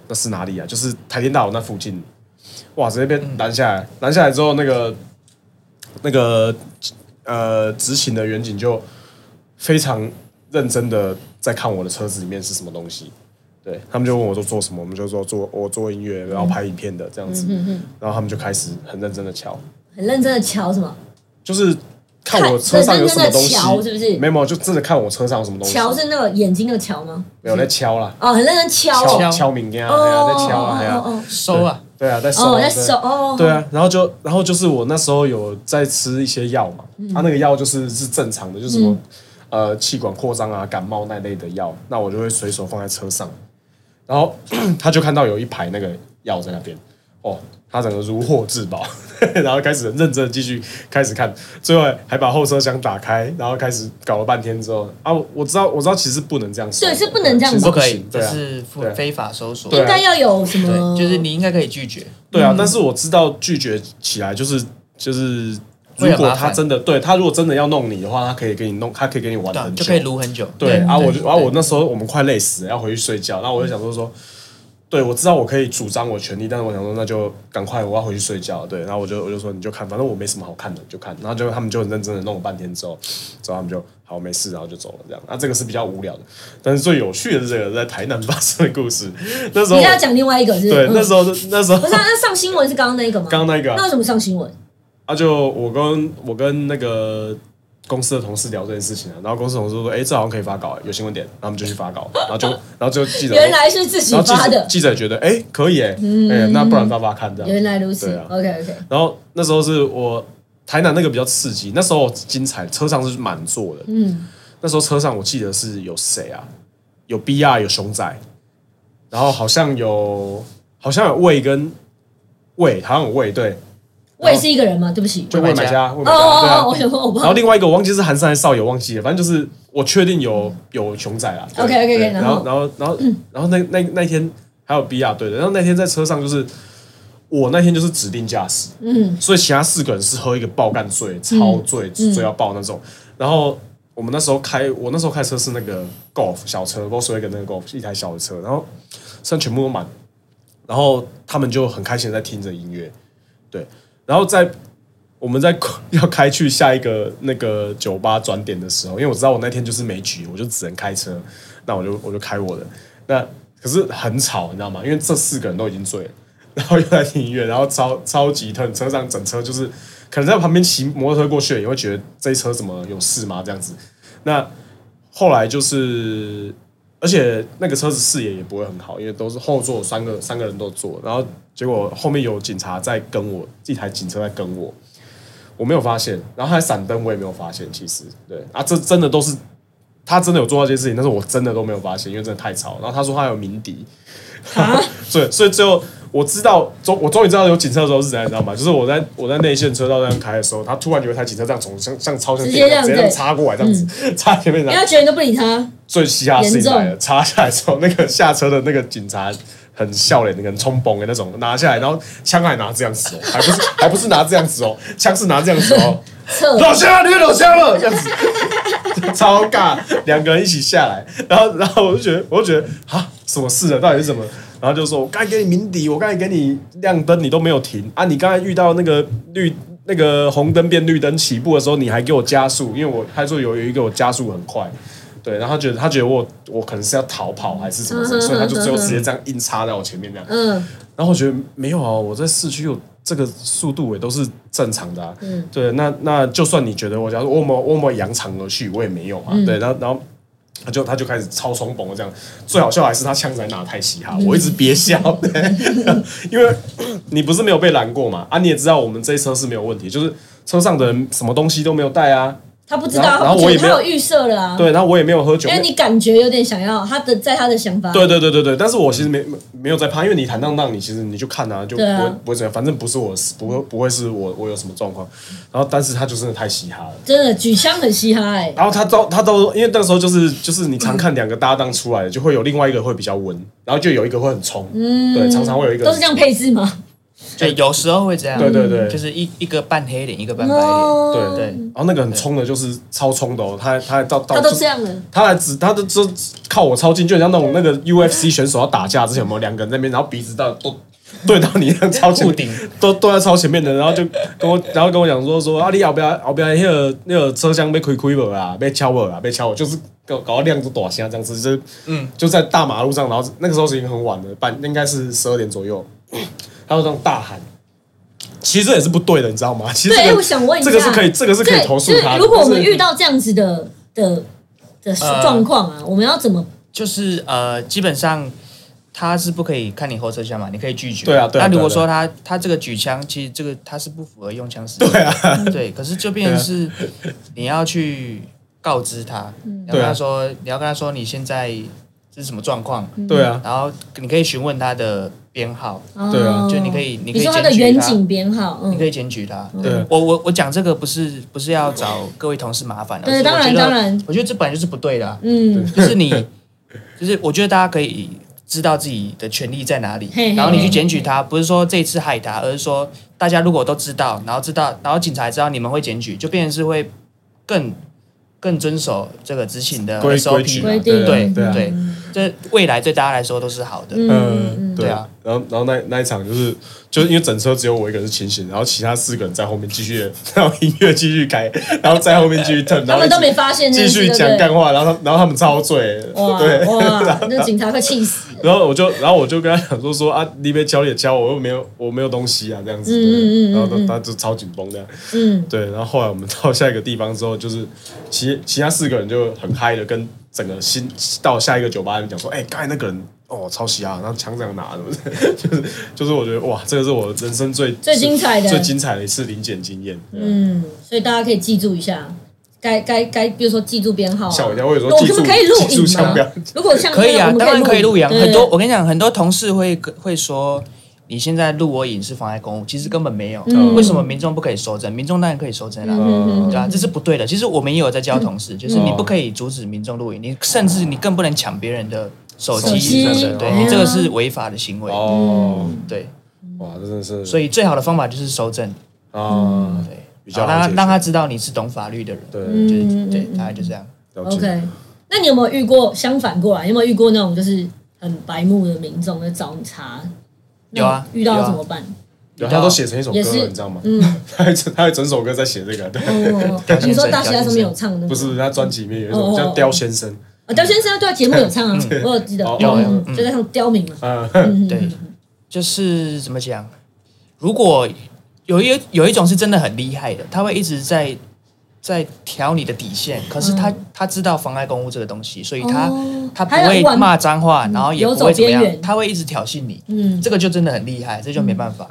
那是哪里啊？就是台电大楼那附近，哇，直接被拦下来，拦下来之后，那个那个呃执勤的远景就非常认真的在看我的车子里面是什么东西。对他们就问我都做什么，我们就说做我做音乐，然后拍影片的这样子，
嗯
然后他们就开始很认真的瞧，
很认真的瞧什么？
哦就是看我车上有什么
很认
东西，
真地瞧是不是
没有，没有就真的看我车上有什么东西，
瞧是那个眼睛的瞧吗？
没有在敲啦，
哦，很认真敲
敲
哦。
敲
敲明天啊，
哦
对啊，
哦
在敲啊，对啊，
哦
收啊，
对啊，在
哦哦，
收
我
啊，
在
对
手哦。
对啊，然后就然后就是我那时候有在吃一些药嘛，
嗯
他、那个药就是是正常的，就是什么、呃气管扩张啊、感冒那类的药，那我就会随手放在车上，然后 他就看到有一排那个药在那边，哦，他整个如获至宝， 然后开始很认真的继续开始看，最后还把后车厢打开，然后开始搞了半天之后啊，我我知道我知道其实不能这样说，
对是不能这样
其实
不可以
行，
这
对啊，
是不
对啊
非法搜索，
对
应
啊
该要有什
对
么？
就是你应该可以拒绝，
对啊，但是我知道拒绝起来就是就是，如
会很
果
麻
他
烦
真的对他如果真的要弄你的话，他可以给你弄，他可以给你玩
对啊
很久，
就可以撸很久，嗯
对啊，我就
对嗯
然后我那时候我们快累死了，要回去睡觉，然后我就想说说，对我知道我可以主张我权利，但是我想说那就赶快我要回去睡觉，对，然后我就我就说你就看，反正我没什么好看的，你就看，然后就他们就很认真的弄了半天之后，之后他们就好没事，然后就走了这样，那、啊这个是比较无聊的，但是最有趣的是这个在台南发生的故事，那时候
你
我
要讲另外一个是不是？
对
嗯
那时候那时候
不是啊那上新闻是刚刚那一个吗？
刚刚那个啊
那为什么上新闻？
啊，就我跟我跟那个公司的同事聊这件事情啊，然后公司同事说，哎、这好像可以发稿、诶有新闻点，然后我们就去发稿，然后就然后就记者说，
原来是自己
然后记
发
者
的，嗯
记者也觉得，哎、可以、诶哎、那不然发发看这样。
原来如此
对。啊
OK OK，
然后那时候是我台南那个比较刺激，那时候精彩，车上是满座的，
嗯，
那时候车上我记得是有谁啊？有 B R 有熊仔，然后好像有好像有魏跟魏，好像有魏对，
我也是一个人嘛，对不起。
就魏买家，魏
哦
买家对
哦
啊
哦，我想说我不
然后另外一个我忘记是韩山还是少爷，忘记了，反正就是我确定有有熊仔啦。对
OK，OK，OK，
对
然
然
后嗯
后然后然后然后那那那天还有比亚对的，然后那天在车上就是我那天就是指定驾驶，
嗯，
所以其他四个人是喝一个爆干醉、超醉、醉到爆那种。然后我们那时候开，我那时候开车是那个 Golf 小车，Volkswagen 那个 Golf 一台小的车，然后车上全部都满，然后他们就很开心的在听着音乐，对，然后在。我们在 要开去下一个那个酒吧转点的时候，因为我知道我那天就是没局，我就只能开车，那我就我就开我的。那可是很吵，你知道吗？因为这四个人都已经醉了，然后又在听音乐，然后超超级疼，车上整车就是可能在旁边骑摩托车过去的也会觉得这一车怎么有事吗？这样子。那后来就是，而且那个车子视野也不会很好，因为都是后座三个三个人都坐，然后结果后面有警察在跟我，一台警车在跟我，我没有发现，然后他闪灯我也没有发现，其实对啊，这真的都是他真的有做到这件事情，但是我真的都没有发现，因为真的太吵。然后他说他有鸣笛，
啊
所以所以最后我知道终我终于知道有警车的时候是怎样，你知道吗？就是我在我在内线车道这样开的时候，他突然有一台警车这样从像像超像
直接这样
直接这样
对
插过来，这样子、插前面这
嗯因为
样
他觉得你都不理他，
最嘻哈的事情来了，插下来之后，那个下车的那个警察很笑脸的，很冲崩的那种，拿下来，然后枪还拿这样子哦，还不是还不是拿这样子哦，枪是拿这样子哦，
侧
老乡，你老乡了，这样子，超尬，两个人一起下来，然后然后我就觉得，我就觉得啊，什么事了，到底是什么？然后就说，我刚才给你鸣笛，我刚才给你亮灯，你都没有停啊！你刚才遇到那个绿。那个红灯变绿灯起步的时候，你还给我加速，因为我他说有有一个我加速很快，对，然后他觉得他觉得我我可能是要逃跑还是什么之类，所以他就最后直接这样硬插在我前面这样。
嗯，
然后我觉得没有啊，我在市区有这个速度也都是正常的啊。嗯，对，那那就算你觉得我假如我某我某扬长而去，我也没有啊。
嗯
对，然后然后。他就他就开始超冲崩了，这样最好笑还是他枪才拿得太嘻
嗯
哈，我一直憋笑，对， 因为你不是没有被拦过嘛，啊，你也知道我们这一车是没有问题，就是车上的人什么东西都没有带啊，
他不知道，
然
他
后然后我也
他
没
有
有
预设了啊，，
对，然后我也没有喝酒，
因
没
为
有
你感觉有点想要他的，在他的想法，
对对对对对，但是我其实没没没有在怕，因为你坦荡荡，你其实你就看啊，就不
对
会、
啊
不会怎样，反正不是我的事，不会不会是我我有什么状况。然后，但是他就真的太嘻哈了。
真的举枪很嘻哈哎，
然后他到他到，因为那时候就是就是你常看两个搭档出来，就会有另外一个会比较温，然后就有一个会很冲，对，常常会有一个
嗯都是这样配置吗？
对，有时候会这样，
对对对
就是一一个半黑脸，一个半白脸，
哦，
对
对，
然后那个很冲的，就是超冲的哦，他他还到到
他都
就
这样了，
他来指，他都就靠我超近，就很像那种那个 UFC 选手要打架之前，有没有两个人在那边，然后鼻子到都 对到你那样 超前
互
面
顶，
都都在超前面的，然后就跟我，然后跟我讲说说啊，你后边后边那个那个车厢被开开无啊，被敲无啊，被敲我，就是搞搞到亮着大声这样子，就是嗯，就在大马路上，然后那个时候已经很晚了，半应该是十二点左右， 他就这样大喊。其实这也是不对的，你知道吗？其实
对，
这
哎，
个
我想问一下，
这个是可以，这个是可以投诉
对
他的。
就是如果我们
就是
遇到这样子的的的
呃
状况啊，我们要怎么？
就是呃，基本上他是不可以看你后车厢嘛，你可以拒绝。
对啊对啊
那如果
对啊
说他他这个举枪，其实这个他是不符合用枪时间。对啊。
嗯
对，可是就变成是
啊
你要去告知他，
嗯
你要跟他说，你要跟他说你现在这是什么状况，
对啊，
然后你可以询问他的编号，
对啊
哦
就你可，以你可
你
以
说他
检
的
举
远
他。
景编号，
你可
嗯，
以检举他。
对啊
我我我讲这个不是不是要找各位同事麻烦，啊
对
而是我
当然
觉得
当然
我觉得这本来就是不对的啊、
嗯，
就是你，就是我觉得大家可以知道自己的权利在哪里
嘿嘿，
然后你去
嘿
检举他，不是说这一次害他，而是说大家如果都知道，然后知道，然后警察也知道你们会检举，就变成是会更更遵守这个执勤的
规规矩
SOP
啊
嘛。
规定
对啊
对
啊
对，这未来对大家来说都是好的。
嗯，对
对啊。
然后，然后那那一场就是，就是因为整车只有我一个人是清醒，然后其他四个人在后面继续，然后音乐继续开，然后在后面继续 turn，然
他
后一
们
直
都没发现这
继
件事，
续
对
讲
不对
干话，然后他然后他们超醉，
哇
对，
哇，那警察快气死了，
然后我就然后我就跟他讲说说啊，你别教也教我，我又没有我没有东西啊这样子，对
嗯嗯嗯嗯
然后他他就超紧绷这样，
嗯，
对，然后后来我们到下一个地方之后，就是其其他四个人就很嗨的跟整个新到下一个酒吧人讲说，哎、刚才那个人哦超喜啊，然后枪这样拿，是不是？ 就是就是我觉得哇，这个是我人生最
最精彩的
最精彩的一次临检经验。嗯，
嗯，所以大家可以记住一下，该该该，比如说记住编号啊。
吓我一跳我有时候
我
记住
们可以录
记住
影
像
吗
不要？
如果像
可以
这样
啊
我，们
当然可以录影。
对
很多我跟你讲，很多同事会会说，你现在录我影是妨碍公务，其实根本没有。
嗯
为什么民众不可以收证？民众当然可以收证啦、
嗯
对啊，这是不对的。其实我们也有在教同
嗯
事，就是你不可以阻止民众录影，你甚至你更不能抢别人的手
手
机
机哎
等等，对
哦
你这个是违法的行为。
哦，
对，
哇，这真的是
所以最好的方法就是收证，
嗯
啊，
对，
比较
然
好
后
解决
让他让他知道你是懂法律的人，
对，
就是对，
嗯
大概就这样。
了解
OK，那你有没有遇过相反过来？有没有遇过那种就是很白目的民众在找你茬？
有啊
那遇到怎么办？
有他都写成一首歌
也是
了，你知道吗？
嗯，
他还整他还整首歌在写这个，对，
啊
哦， 你说大学上面有唱的，
不是他专辑里面有一
哦
首
哦
叫
哦
《刁先生》，
哦，刁先生对啊节目有唱啊，我有记得，
哦
有
嗯
有
就在唱刁民嘛，
嗯，
对，就是怎么讲？如果有一有一种是真的很厉害的，他会一直在在调你的底线，可是他他知道妨碍公务这个东西，所以他
嗯哦
他不
他要
会
玩
骂脏话，然后也
游
不
走
会怎么
边
样
缘，
他会一直挑衅你，
嗯，
这个就真的很厉害，这就没办法。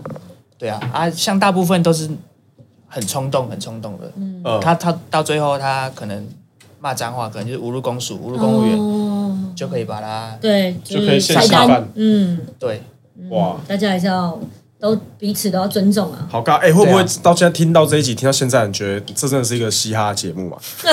对啊，啊，像大部分都是很冲动、很冲动的，
嗯，
他他到最后他可能骂脏话，可能就是侮辱公署、侮辱公务员，
哦
就可以把他
对，
就可以
是
线
菜
下
单
办，
嗯，
对
哇，
大家还是要都彼此都要尊重 啊。
好尬！哎、会不会
对
到现在听到这一集，听到现在，你觉得这真的是一个嘻哈节目啊？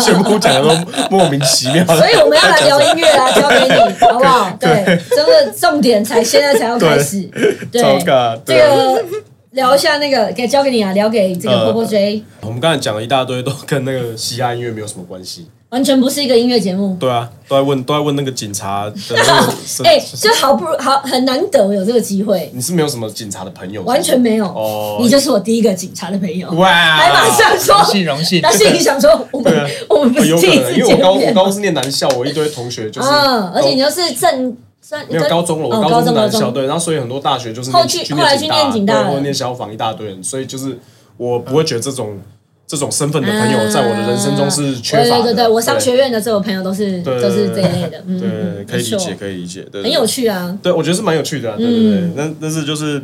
全部讲的都莫名其妙
所
的。
以我们要来聊音乐 啊，交给你，好不好？对，真的重点才现在才要开始。对
糟糕，
这
对啊。
个聊一下那个，给交给你啊，聊给这个
呃
波波 J，
我们刚才讲了一大堆，都跟那个嘻哈音乐没有什么关系。
完全不是一个音乐节目。
对啊，都在问，都在问那个警察的那个 身。
哎，就好不好很难得有这个机会，
你是没有什么警察的朋友？
完全没有。
哦
你就是我第一个警察的朋友，
哇！
还马上
荣
说，
幸荣 幸
他，心里想说，我
对
们
啊
我们不
哦
是
有可
第一
能，
次
因为我
见
高我
面
高中是念男校，我一堆同学就是，
嗯，而且你
高
又是正算
没有
跟
高中了，
哦
我
高
中是
高
男校，
中，
对，然后所以很多大学就是
后
念
去
去
后来去念警大
对，或
了
者念消防一大堆人，所以就是我不会觉得这种这种身份的朋友在我的人生中是缺乏
嗯对
的。
对对，我商学院的时候朋友都是
对
都是这一类的，嗯，
对
嗯
可以理，解，
没错
可以理解，对，对
很有。趣啊。
对对，我觉得是蛮有趣的啊，对对对。那但是就是，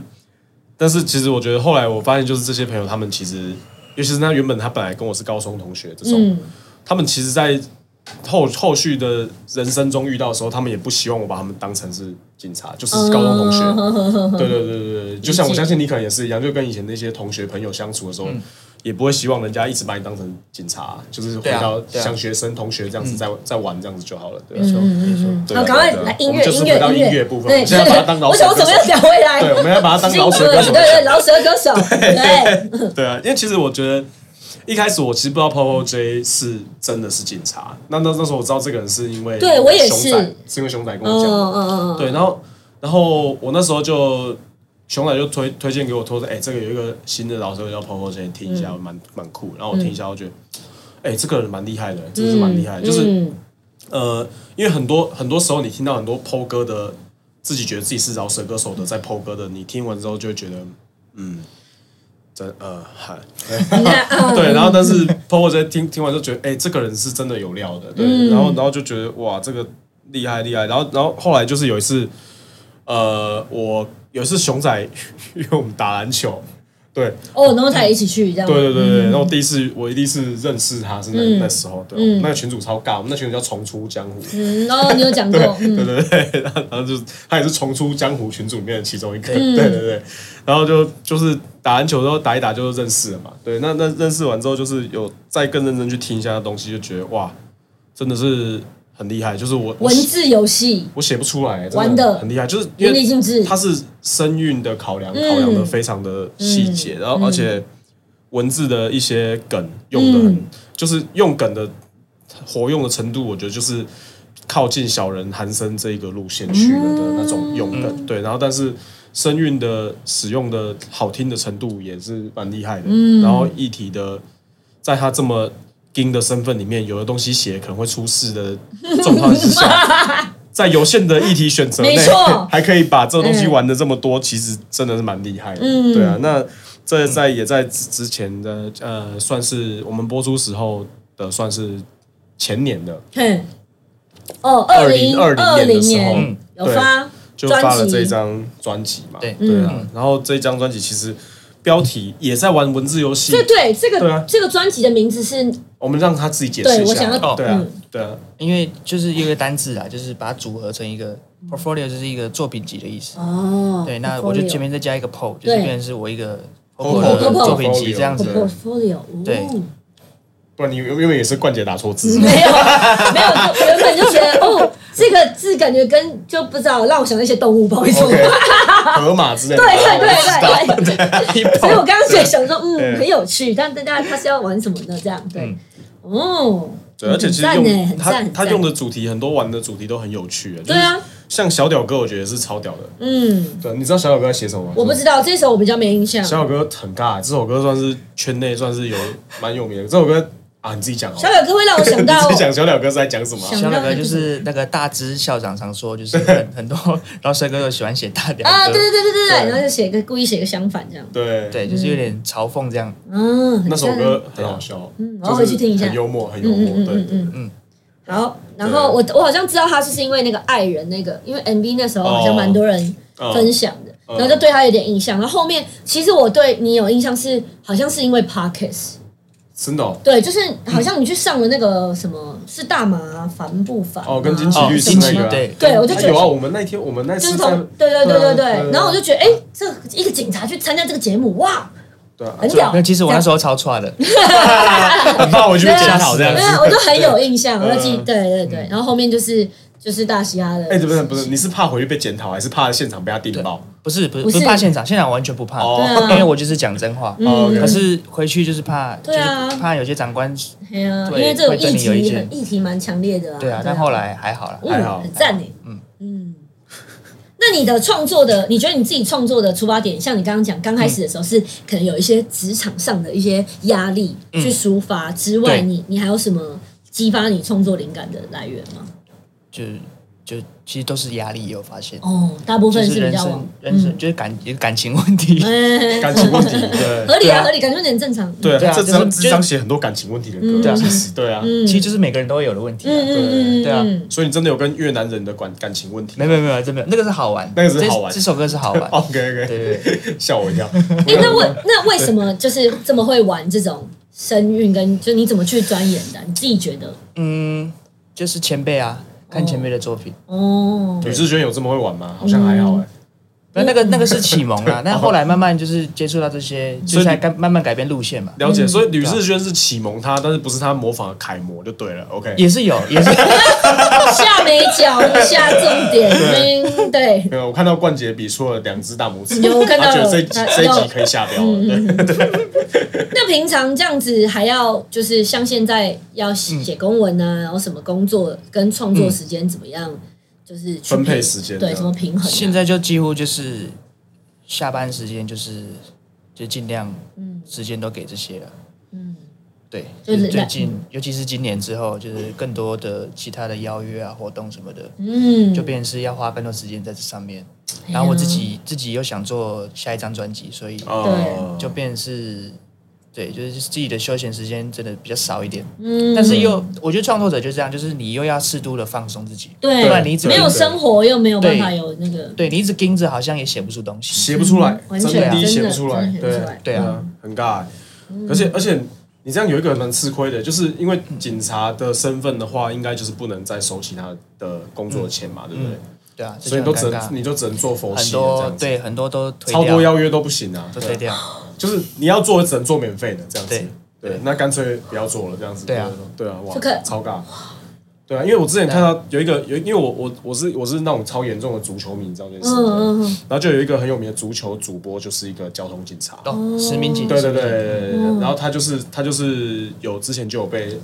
但是其实我觉得后来我发现，就是这些朋友他们其实，尤其是那原本他本来跟我是高中同学这种，
嗯，
他们其实，在后后续的人生中遇到的时候，他们也不希望我把他们当成是警察，就是高中同学。
学
对对对对对，就像我相信你可能也是一样，就跟以前那些同学朋友相处的时候，
嗯
也不会希望人家一直把你当成警察，就是回
对啊
到
对啊嗯
像学生同学这样子在在玩这样子就好了，对啊。
没错没错，
对啊
好，赶快
对啊
来
我
音
们
乐，
就是
音
回到
乐，
音乐
乐
部分，我
对，
们现在把它当饶
我想
舌
我怎么
歌
又
手。
讲回来？
对，我们要把它当饶舌歌手
对。对，饶舌歌手， 对，
对啊，因为其实我觉得一开始我其实不知道 Popo J 是真的是警察，那那那时候我知道这个人是因为
对我也是
熊仔是因为熊仔跟
嗯
我讲的。
嗯嗯嗯，
对，然后然后我那时候就熊仔就推推荐给我，说哎、这个有一个新的老师叫 Popo J，听一下，
嗯
蛮蛮酷。然后我听一下，我觉得哎、这个人蛮厉害的，真的是蛮厉害的，就是。
嗯
呃，因为很多很多时候你听到很多剖歌的，自己觉得自己是饶舌歌手的，在剖歌的，你听完之后就会觉得，嗯，真呃嗨，
你看啊
对，然后但是剖歌在听听完就觉得，哎、这个人是真的有料的，对，
嗯
然后然后就觉得哇，这个厉害厉害，然后然后后来就是有一次，呃，我有一次熊仔 约我们打篮球，对，
哦，然后他也一起去这样，
对对对对，然后第一次我第一次认识他是那、
嗯
那时候，对，那个群主超尬，我们那群主叫重出江湖。
嗯，哦，你有讲过，嗯
对对对，然后然后就是 他也是重出江湖群组里面的其中一个，
嗯
对对对，然后就就是打篮球之后打一打就认识了嘛，对，那那认识完之后就是有再更认真去听一下东西，就觉得哇，真的是很厉害，就是我我
文
写
字游戏，
我写不出来，真
玩
的
得
很厉害，就是因
淋漓
为
尽致，
它是声韵的考量，
嗯
考量的非常的细节，然后而且文字的一些梗用的很，
嗯
就是用梗的活用的程度，我觉得就是靠近小人韩生这一个路线去了的那种用梗，
嗯
对，然后但是。声韵的使用的好听的程度也是蛮厉害的，
嗯
然后议题的，在他这么丁的身份里面，有的东西写可能会出事的状况之下， 在有限的议题选择内
没错，
还可以把这个东西玩的这么多，其实真的是蛮厉害的。
嗯
对啊，那这在也在之前的呃，算是我们播出时候的，算是前年的，
哼，哦，二零
2020年的时候嗯
年有发
就发了
专辑
这张专辑嘛。
对
嗯
啊，然后这张专辑其实标题也在玩文字游戏，
这对这
对啊
个这个专辑的名字是
我们让他自己解释
对
一
我
下
想
啊。
要
对啊
嗯，
对啊，
因为就是一个单字啊，就是把它组合成一个 portfolio，就是一个作品集的意思。
嗯哦，
对，那我就前面再加一个 po，就是
对
变成是我一个
Portfolio
portfolio 的
Portfolio
作品集这样子。
portfolio
对
哦
不然你因为也是冠杰打错字。
没有，没有，就原本就觉得哦，这个字感觉跟就不知道让我想到一些动物，不好意思。
OK，河马之类的。
对对对对对，
对
所以我刚刚就想说，
对
嗯，很有趣，但但大家他是要玩什么呢？这样对，
嗯
哦，
对，而且其实
很赞欸
用
很
他
赞很
他
赞
用的主题很多玩的主题都很有趣，就是
对啊，
像小屌哥，我觉得是超屌的。
嗯，
对，你知道小屌哥在写什么吗？
我不知道这首我比较没印象，
小屌哥很尬，这首歌算是圈内算是有蛮有名的。这首歌啊，你自己讲好了。
小表哥会让我想到
你自己讲小鸟哥是在讲什么啊？
想
小表哥就是那个大只校长常说，就是很很多饶舌歌手喜欢写大表
啊，对
哥，
对对对对
对
对，然后就写个故意写个相反这样，
对，
对，就是有点嘲讽这样。
嗯，很
那首
像
歌很好笑，
嗯我
就
要
是
回去听一下
很幽默，很幽
嗯
默，
嗯嗯
对。啊
嗯嗯
嗯，
好。然后我我好像知道他就是因为那个爱人那个，因为 MV 那时候好像蛮多人
嗯
分享的，
哦嗯
然后就对他有点印象。然后后面其实我对你有印象是好像是因为 Parkes，
真的哦
对，就是好像你去上了那个什么是大麻烦不烦
哦，跟
吗
金奇
哦
律师
金
那
奇
个啊，
对
对我就觉
啊
得
有啊，我们那天我们那
就是
次在
从对对对对
对啊
对，然后我就觉得哎，这一个警察去参加这个节目，哇，
对啊，
很屌
那。其实我那时候超串的，
很怕我去被检讨这样
没
子。
有，啊我就很有印象，我就记
嗯
对对对。然后后面就是就是大嘻哈的，
哎，不是不是，你是怕回去被检讨，还是怕现场被他定爆？
不是不是
不
不
是
是怕现场，现场完全不怕，
哦
对啊嗯
因为我就是讲真话。
哦，OK
可是回去就是怕，就
对
是
啊
怕有些长官，
对啊，因
对
为这种
会对
议
你有意
题
见
很议题蛮强烈的啊。
对啊，但后来还好啦。
还好
嗯，很赞诶。嗯
嗯
嗯，那你的创作的，你觉得你自己创作的出发点，像你刚刚讲，刚开始的
嗯
时候是可能有一些职场上的一些压力去抒发之外，
嗯对
你你还有什么激发你创作灵感的来源吗？
就就其实都是压力，有发现，
哦，大部
就
分
是
比
人
较往嗯
生人生就是感也是感情问题。
哎
感情问题，对
合理
对
啊，
啊
合理，感觉有点正常。
对
对
啊，
啊
这
就是
张
就
这张写很多感情问题的歌，
嗯对啊
其实对啊，
嗯，
其实就是每个人都会有的问题、啊。
嗯嗯嗯
对啊
嗯
所以你真的有跟越南人的感感情问题
没有没有没有，真没有，那个是好玩，
那个是好玩哦
这这首歌是 好玩。
？OK
对
OK，
对对，
吓我一跳。
哎、那为 那为什么就是这么会玩这种声韵跟就你怎么去钻研的啊？你自己觉得？
嗯，就是前辈啊，看前辈的作品。
哦，
吕志娟有这么会玩吗？好像还好哎。
那那个那个是启蒙
哦
啦，但后来慢慢就是接触到这些，就是在改慢慢改变路线嘛，
了解，所以吕志轩是启蒙他，但是不是他模仿的楷模就对了。OK，
也是有，也是
下眉角下重点，嗯对，
没有，我看到冠杰比出了两只大拇指，
有我看到
他觉得
了
这一集
他
这一集可以下标了。对，
那平常这样子还要就是像现在要写公文
嗯
啊，然后什么工作跟创作时间怎么样，就是去
分配时 间
对
这样
怎么平衡啊、
现在就几乎就是下班时间就是就尽量时间都给这些了。
嗯，
对，
就
就是是最近，尤其是今年之后，就是更多的其他的邀约啊、活动什么的，
嗯，
就变成是要花更多时间在这上面。然后我自己自己又想做下一张专辑，所以
哦
就变成是，对，就是自己的休闲时间真的比较少一点。
嗯，
但是又，我觉得创作者就这样，就是你又要适度的放松自己，
对
不然你一直
没有
盯着
生活又没有办法
对
有那个
对你一直盯着，好像也写不出东西。
写不出来，
嗯完
真
全
的第一
真
写
的
不出来
真，的写不出
对
来嗯
对啊，
很尬欸。而且而且你这样有一个蛮吃亏的，就是因为警察的身份的话，应该就是不能再收其他的工作钱嘛，对不对？
对啊，这
所以你
就
都
很
只
尴
能
尬。
你嗯就只能做佛
很
系的啊这
多
样子，
对很多都推
超多
掉，
邀约都不行啊，
都推掉。
就是你要做只能做免费的这样子
对，
对，那干脆不要做了这样子，
对啊，
对啊，哇
这个，
超尬。对啊，因为我之前看到有一个有，因为我我我是我是那种超严重的足球迷，你知道这件事情吗。
嗯嗯嗯
然后就有一个很有名的足球主播，就是一个交通警察。
哦，实名警，
对对对对对对
嗯
对。然后他就是他就是有之前就有被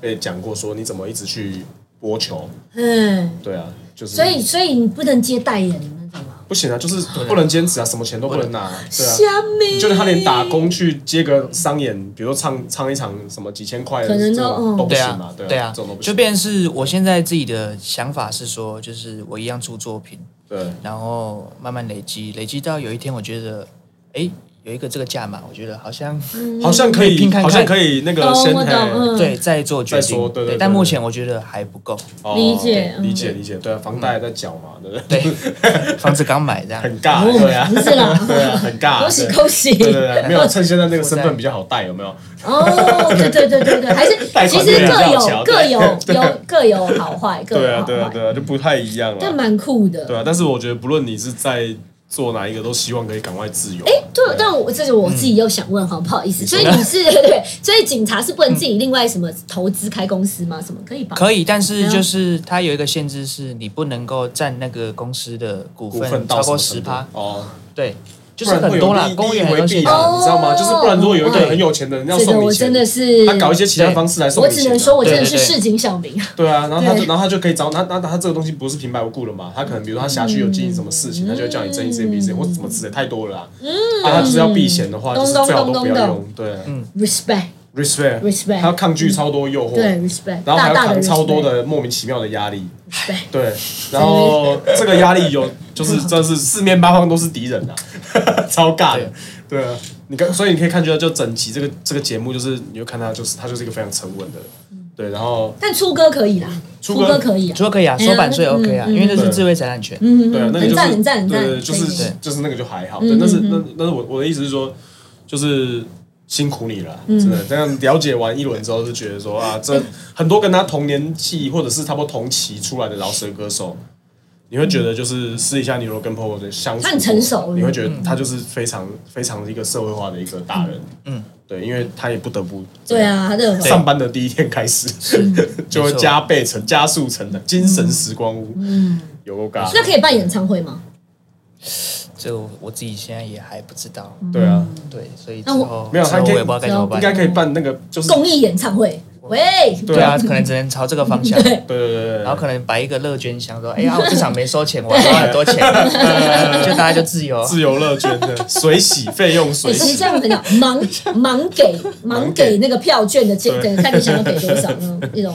被讲过说你怎么一直去播球，
嗯，
对啊，就是
所以所以你不能接代言的那种啊，
不行啊，就是不能兼职啊，什么钱都不 能拿，对啊。
虾米，
就是他连打工去接个商演，比如说唱唱一场什么几千块的，
可能都
这种
嗯
都不
对
行
啊
嘛，，对
对
啊，
啊
这种都，不
就
行。
变成是我现在自己的想法是说，就是我一样出作品，
对，
然后慢慢累积，累积到有一天我觉得，哎，有一个这个价码，我觉得好像
好像可以
拼，看看
好像可以那个
懂
先
嗯我懂
嘿
嗯
对再做决
再说
定，
对对对
但
对
目前我觉得还不够，
哦
理解嗯
理解理解，对啊，房贷还在缴嘛，对不对？
对，房子刚买这样，
很尬，对啊，
不是啦，
对啊，很尬，
恭喜
对
恭喜
对对对，没有趁现在那个 身份比较好带，有没有？
哦，对对对对对，还 是
贷款
其实
对
各
比较
有
强
各
对
有有各 有好坏，各
对
有
啊
好
对啊
坏，
对啊，就不太一样
但
了，
蛮酷的。
对啊。但是我觉得不论你是在做哪一个，都希望可以赶快自由。哎
对，但我这是我自己又想问，哈，不好意
嗯
思，所以你 是对，所以警察是不能自己另外什么投资开公司吗？什么可以吧？
嗯
可以，但是就是它有一个限制，是你不能够占那个公司的股
股份
份
到
超过
什么
十
程度
趴，
哦，
对，就是
不然会
很
有
多啦
利，
公务
利益
员很
回
多
避
限制
啊，
哦
你知道吗？就是不然如果有一个
对
很有钱的人要
这个
送
我
你
真
钱，
的哦是，
他搞一些其他方式来送
我
你钱啊。
只能说我真的
对
是
对对
市井小民啊。
对啊，然后他就
对
然后他就可以找他，那他这个东西不是平白无故的嘛？他可能比如说他辖区有经营什么事
嗯
情，他就会叫你争一争一争，或者什么之类，太多了啦。嗯，啊，他就是要避嫌的话，
咚
就是
咚
最好都
咚咚
不要
咚
用。对，
Respect，
respect
Respect
他抗拒超多诱惑，
对，respect，
然后还
大
要
大的
扛超多
respect
的莫名其妙的压力，
respect，
对，然后这个压力有就是真的是四面八方都是敌人啊， 超尬的，对啊，你看，所以你可以看出来，就整集这个这个节目就是，你就看他就是他就是一个非常沉稳的人，对，然后
但出歌可以啦，
出
出
歌
歌可以啊，
说可以啊，
哎呀
说版税 OK 啊，
嗯嗯
因为那是
对
智慧财产权。
嗯
对啊，那个
很
就是
赞很赞很赞，嗯
对对，就
可以
是就是那个就还好，对，但是那但是我我的意思是说，就是辛苦你了，
嗯
真的这样了解完一轮之后，就觉得说啊，这很多跟他同年纪或者是差不多同期出来的饶舌歌手。你会觉得就是私底下你如果跟 Popo 的相处，
嗯他很成熟嗯
你会觉得他就是非常非常的一个社会化的一个大人，嗯，对，因为他也不得不
对啊，他这个
上班的第一天开始 就会加倍成加速成的精神时光屋，嗯，有够尬，
那可以办演唱会吗？
这个我我自己现在也还不知道，
对啊，
对，嗯所以
嗯
之
那我
后
没有
之
还
后
可
我
以
也不知道该怎么办
应。该可以办那个，就是
公益演唱会，喂，
对
对
啊
啊，可能只能朝这个方向。
对
对对对对，
然后可能摆一个乐捐 箱，说：“哎呀，我这场没收钱，我还花很多钱， 就大家就自由。
自由乐捐的水洗费用水
欸其实
洗
这，样子 讲，盲盲给盲给那个票券的金
对
额，看你想要给多 少那种一种。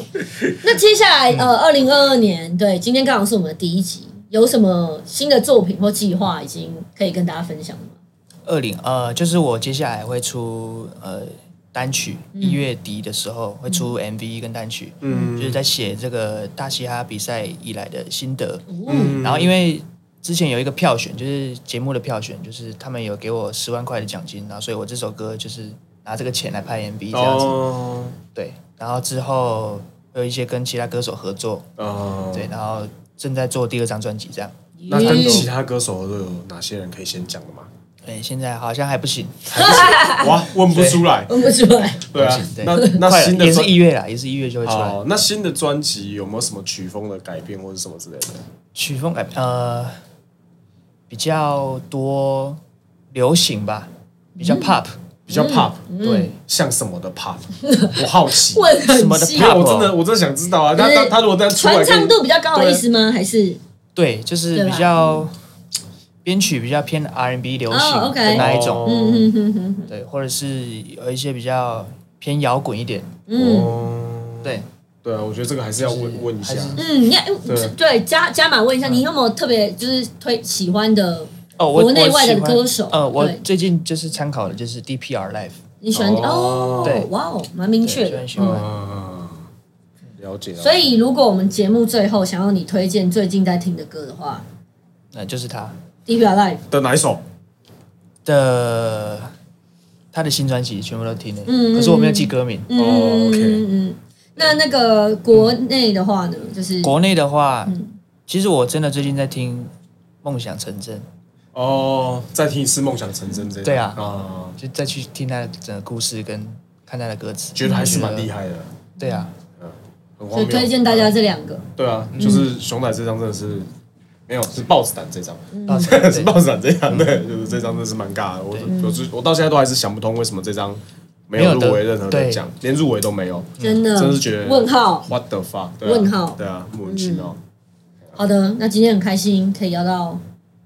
那接下来呃，二零二二年，对，今天刚好是我们的第一集，有什么新的作品或计划已经可以跟大家分享了吗？”
二零呃，就是我接下来会出呃单曲，
嗯
一月底的时候会出 MV 跟单曲，
嗯
就是在写这个大嘻哈比赛以来的心得。
嗯，
然后因为之前有一个票选，就是节目的票选，就是他们有给我十万块的奖金，然后所以我这首歌就是拿这个钱来拍 MV 这样子。
哦
对，然后之后会有一些跟其他歌手合作，
哦，
对，然后正在做第二张专辑这样。
那
嗯
跟其他歌手都有哪些人可以先讲的吗？
对，现在好像还不行，
啊
哇，问不出来，
问不出来。
对啊
不行，对
那那
快了
新的
也是
专
一月啦，也是一月就会出来
哦。，那新的专辑有没有什么曲风的改变或者什么之类的？
曲风改呃比较多流行吧，比
嗯
较 pop，、
嗯
比较 pop，
对，
像什么 的 pop？我好奇，
问
什么
很
的
细
没，有，
pop
我真的我真的想知道啊。他他他如果这样出来
传
跟你，
唱度比较高的意思吗？还是
对，就是
对吧
比较编曲比较偏 R&B 流行
哦
的
，OK
那一种，
嗯
对，或者是有一些比较偏摇滚一点，
嗯
哦，
对，
对啊，我觉得这个还是要问问一下
还。是
嗯，你看
对
对加加码问一下，你有没有特别就是推喜欢的？
哦，我
国内
我
外的
喜欢
歌手
呃，我
对
最近就是参考的就是 DPR Live，
你喜欢
哦
哦
对？
哇哦，蛮明确的
对，就。很喜欢。
嗯，了解。
嗯所以，如果我们节目最后想要你推荐最近在听的歌的话，
那呃就是他
《d e e p Your Life》，
的哪一首？
的他的新专辑全部都听了，
嗯嗯
可是我没有记歌名。
哦
嗯
，OK
嗯嗯，那那个国内的话呢，就是
国内的话，
嗯
其实我真的最近在听《梦想成真》，
哦，再听一次《梦想成真》这一首
对啊
啊，
就再去听他的整个故事跟看他的歌词，
觉得还是蛮厉
害。
害的，
对啊，
就
很荒谬。
嗯推荐嗯大家这两个。
对啊，就是熊仔这张真的是没有，是豹子胆这张，
嗯
到时候 对嗯
是豹子胆这张，对，就是这张真的是蛮尬的。我我是我到现在都还是想不通为什么这张没有
没有得
入围任何的
对
奖，连入围都没有。
真的，
真是觉得
问号。
What the fuck？对啊
问号嗯
对啊，莫名其妙，
好的，那今天很开心可以邀到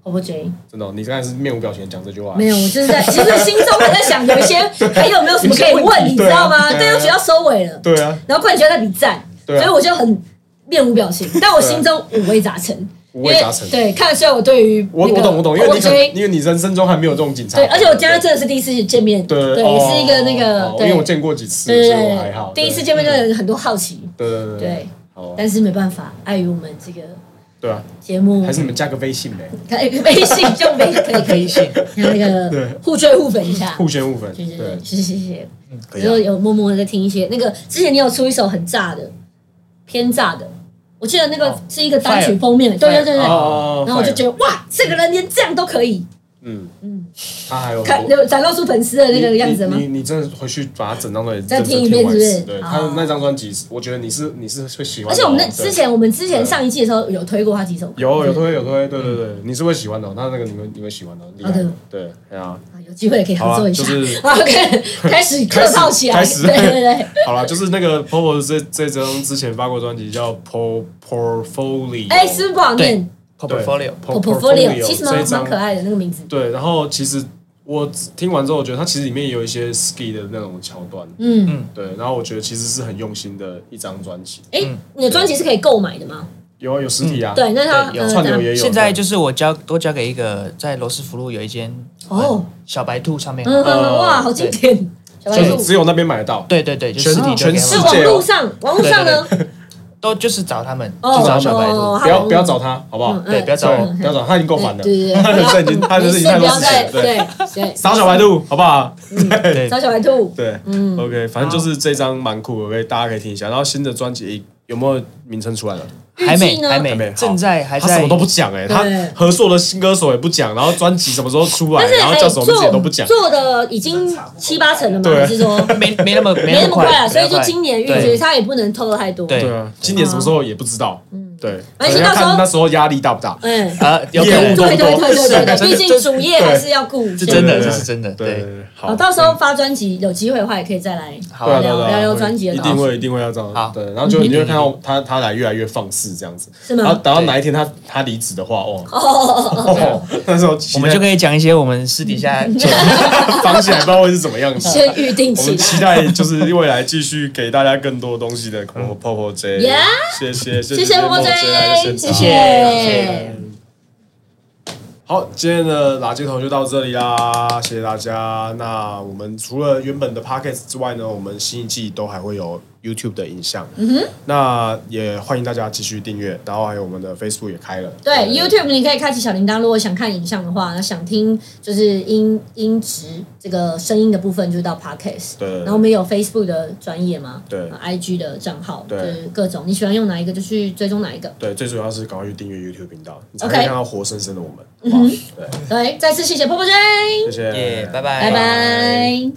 OPPO J，
真的哦，你刚才是面无表情讲这句话，
没有，我 就是在其实心中还在想有一些还有没有什么可以问，你知道吗？
对啊
对，又觉得要收尾了，
对啊，
然后冠军在比赞，
对啊啊
所以我就很面无表情，但我心中五味杂陈。
五味杂陈
因为对，看得出来我对于
我我懂我懂，因为你可
OPPO J
因为你人生中还没有这种警察，
对，而且我跟他真的是第一次见面，
对
对，
哦
是一个那个
哦，
对
因为我见过几次，
对对
所以我还好
对，。第一次见面就有很多好奇，
对，对对对
对，
好啊，
但是没办法，碍于我们这个
对啊，
节目，
还是你们加个微信呗，
可以微信就没可以可以
微信
那 个互追互粉一下，
互宣互粉，
对对
对
对，，谢谢谢谢。
可
之后
以啊。
有默默的在听一些那个，之前你有出一首很炸的，偏炸的，我记得那个
哦
是一个单曲
Fire
封面，对对对对。
哦
然
哦，
后我就觉
得，
得哇，这个人连这样都可以，
嗯嗯，他还有很
看
多
有展露出粉丝的那个样子吗
你？你你真的回去把他整张专辑
再
认真
听一遍
完
是不是
对，
哦
他的那张专辑，我觉得你是你是会喜欢的哦。
而且我们那
对
之前我们之前上一季的时候有推过他几首歌，
有有
对
推有推，对对对，你是会喜欢的哦，他那个你会你会喜欢的哦，厉害
好的，
对，对啊。
啊有机会可以合作一下。
好啊就是
好，OK，开始客套起来，
开始
对对对。
好了，就是那个 Popo 这这张之前发过专辑叫 Por Portfolio，
哎，是不是不好念
对 Portfolio
Por-
portfolio，其实
这一
蛮
张
蛮可爱的那个名字。
对，然后其实我听完之后，我觉得它其实里面也有一些 ski 的那种桥段，
嗯，
对。然后我觉得其实是很用心的一张专辑，
哎、你的专辑是可以购买的吗？
有啊，有实体啊，
对，那它
对有
呃，
串
怎
流
样
也有。
现在就是我交多交给一个在罗斯福路有一间呃
哦，
小白兔唱片
嗯，
行，
呃
哇，好经典，小白
就是
兔。
只有那边买得到，
对对对，就实体
全
就给
全
他
是
世
们，
界
网
哦
络上，网络上呢？
都就是找他们，
哦
就找小白
哦
兔，
不要不要找他，好不好？
嗯
对，不要找
对，
我，
不要找他已经够烦了，
对对 对
他人生已经他人生已经太
不
多
要
事
再
情了，对。
对对，
扫小白兔，好不好？
对
找小白兔，
对，嗯，OK，反正就是这张蛮酷的，可以大家可以听一下。然后新的专辑有没有名称出来了？
还
预计
没
呢
还
还没
没，
好
正在还
他什
在
么都不讲哎，他
对
合作的新歌手也不讲，然后专辑什么时候出来，
但是
然后
哎
叫什么名字也都不讲。
做的已经七八成了嘛，
对
还是说
没没那么没
没那么快
快
啊？所以就今年预
对
期他也不能透露太多。
对
对啊，今年什么时候也不知道。嗯，对，
而
可
且
能要
到时候
看那时候压力大不大。
嗯，
啊，有可
业
能
务
对对对对对
是
对，毕竟主业还是要顾。
这真的
对
这是真的
对
对
对，好
好，，到时候发专辑有机会的话，也可以再来。
好
对啊，
啊
对啊对啊
聊聊
会
专辑的嗯
一
稿
定会一定会要这样。
好
对，然后就你就会看到他他来越来越放肆这样子，
吗
然后等到
对
哪一天他他离职的话，哦，
哦，
哦，那时候
我们 就可
以
以讲一些我们私 底下
啊绑起来，不知道会是怎么样子。
先预定
我
起
们
来。
期待就是未来继续给大家更多东西 的 Popo Popo J，
Yeah
谢谢谢
谢谢
莫
莫
来
追，
现
谢
场
谢。
好，今天的垃圾头就到这里啦，谢谢大家。那我们除了原本的 Pockets 之外呢，我们新一季都还会有 YouTube 的影像，
嗯
那也欢迎大家继续订阅，然后还有我们的 Facebook 也开了，
对 YouTube，你可以开启小铃铛。如果想看影像的话，那想听就是音音质这个声音的部分，就到 Podcast。
对
然后我们有 Facebook 的专业嘛，
对
啊，IG 的账号，
对
就是各种你喜欢用哪一个就去追踪哪一个。
对，最主要是赶快去订阅 YouTube 频道，你才会
OK 嗯
看到活生生的我们。好不好
对，
对，
再次谢谢 Purple J，
谢谢，
耶，拜
拜拜。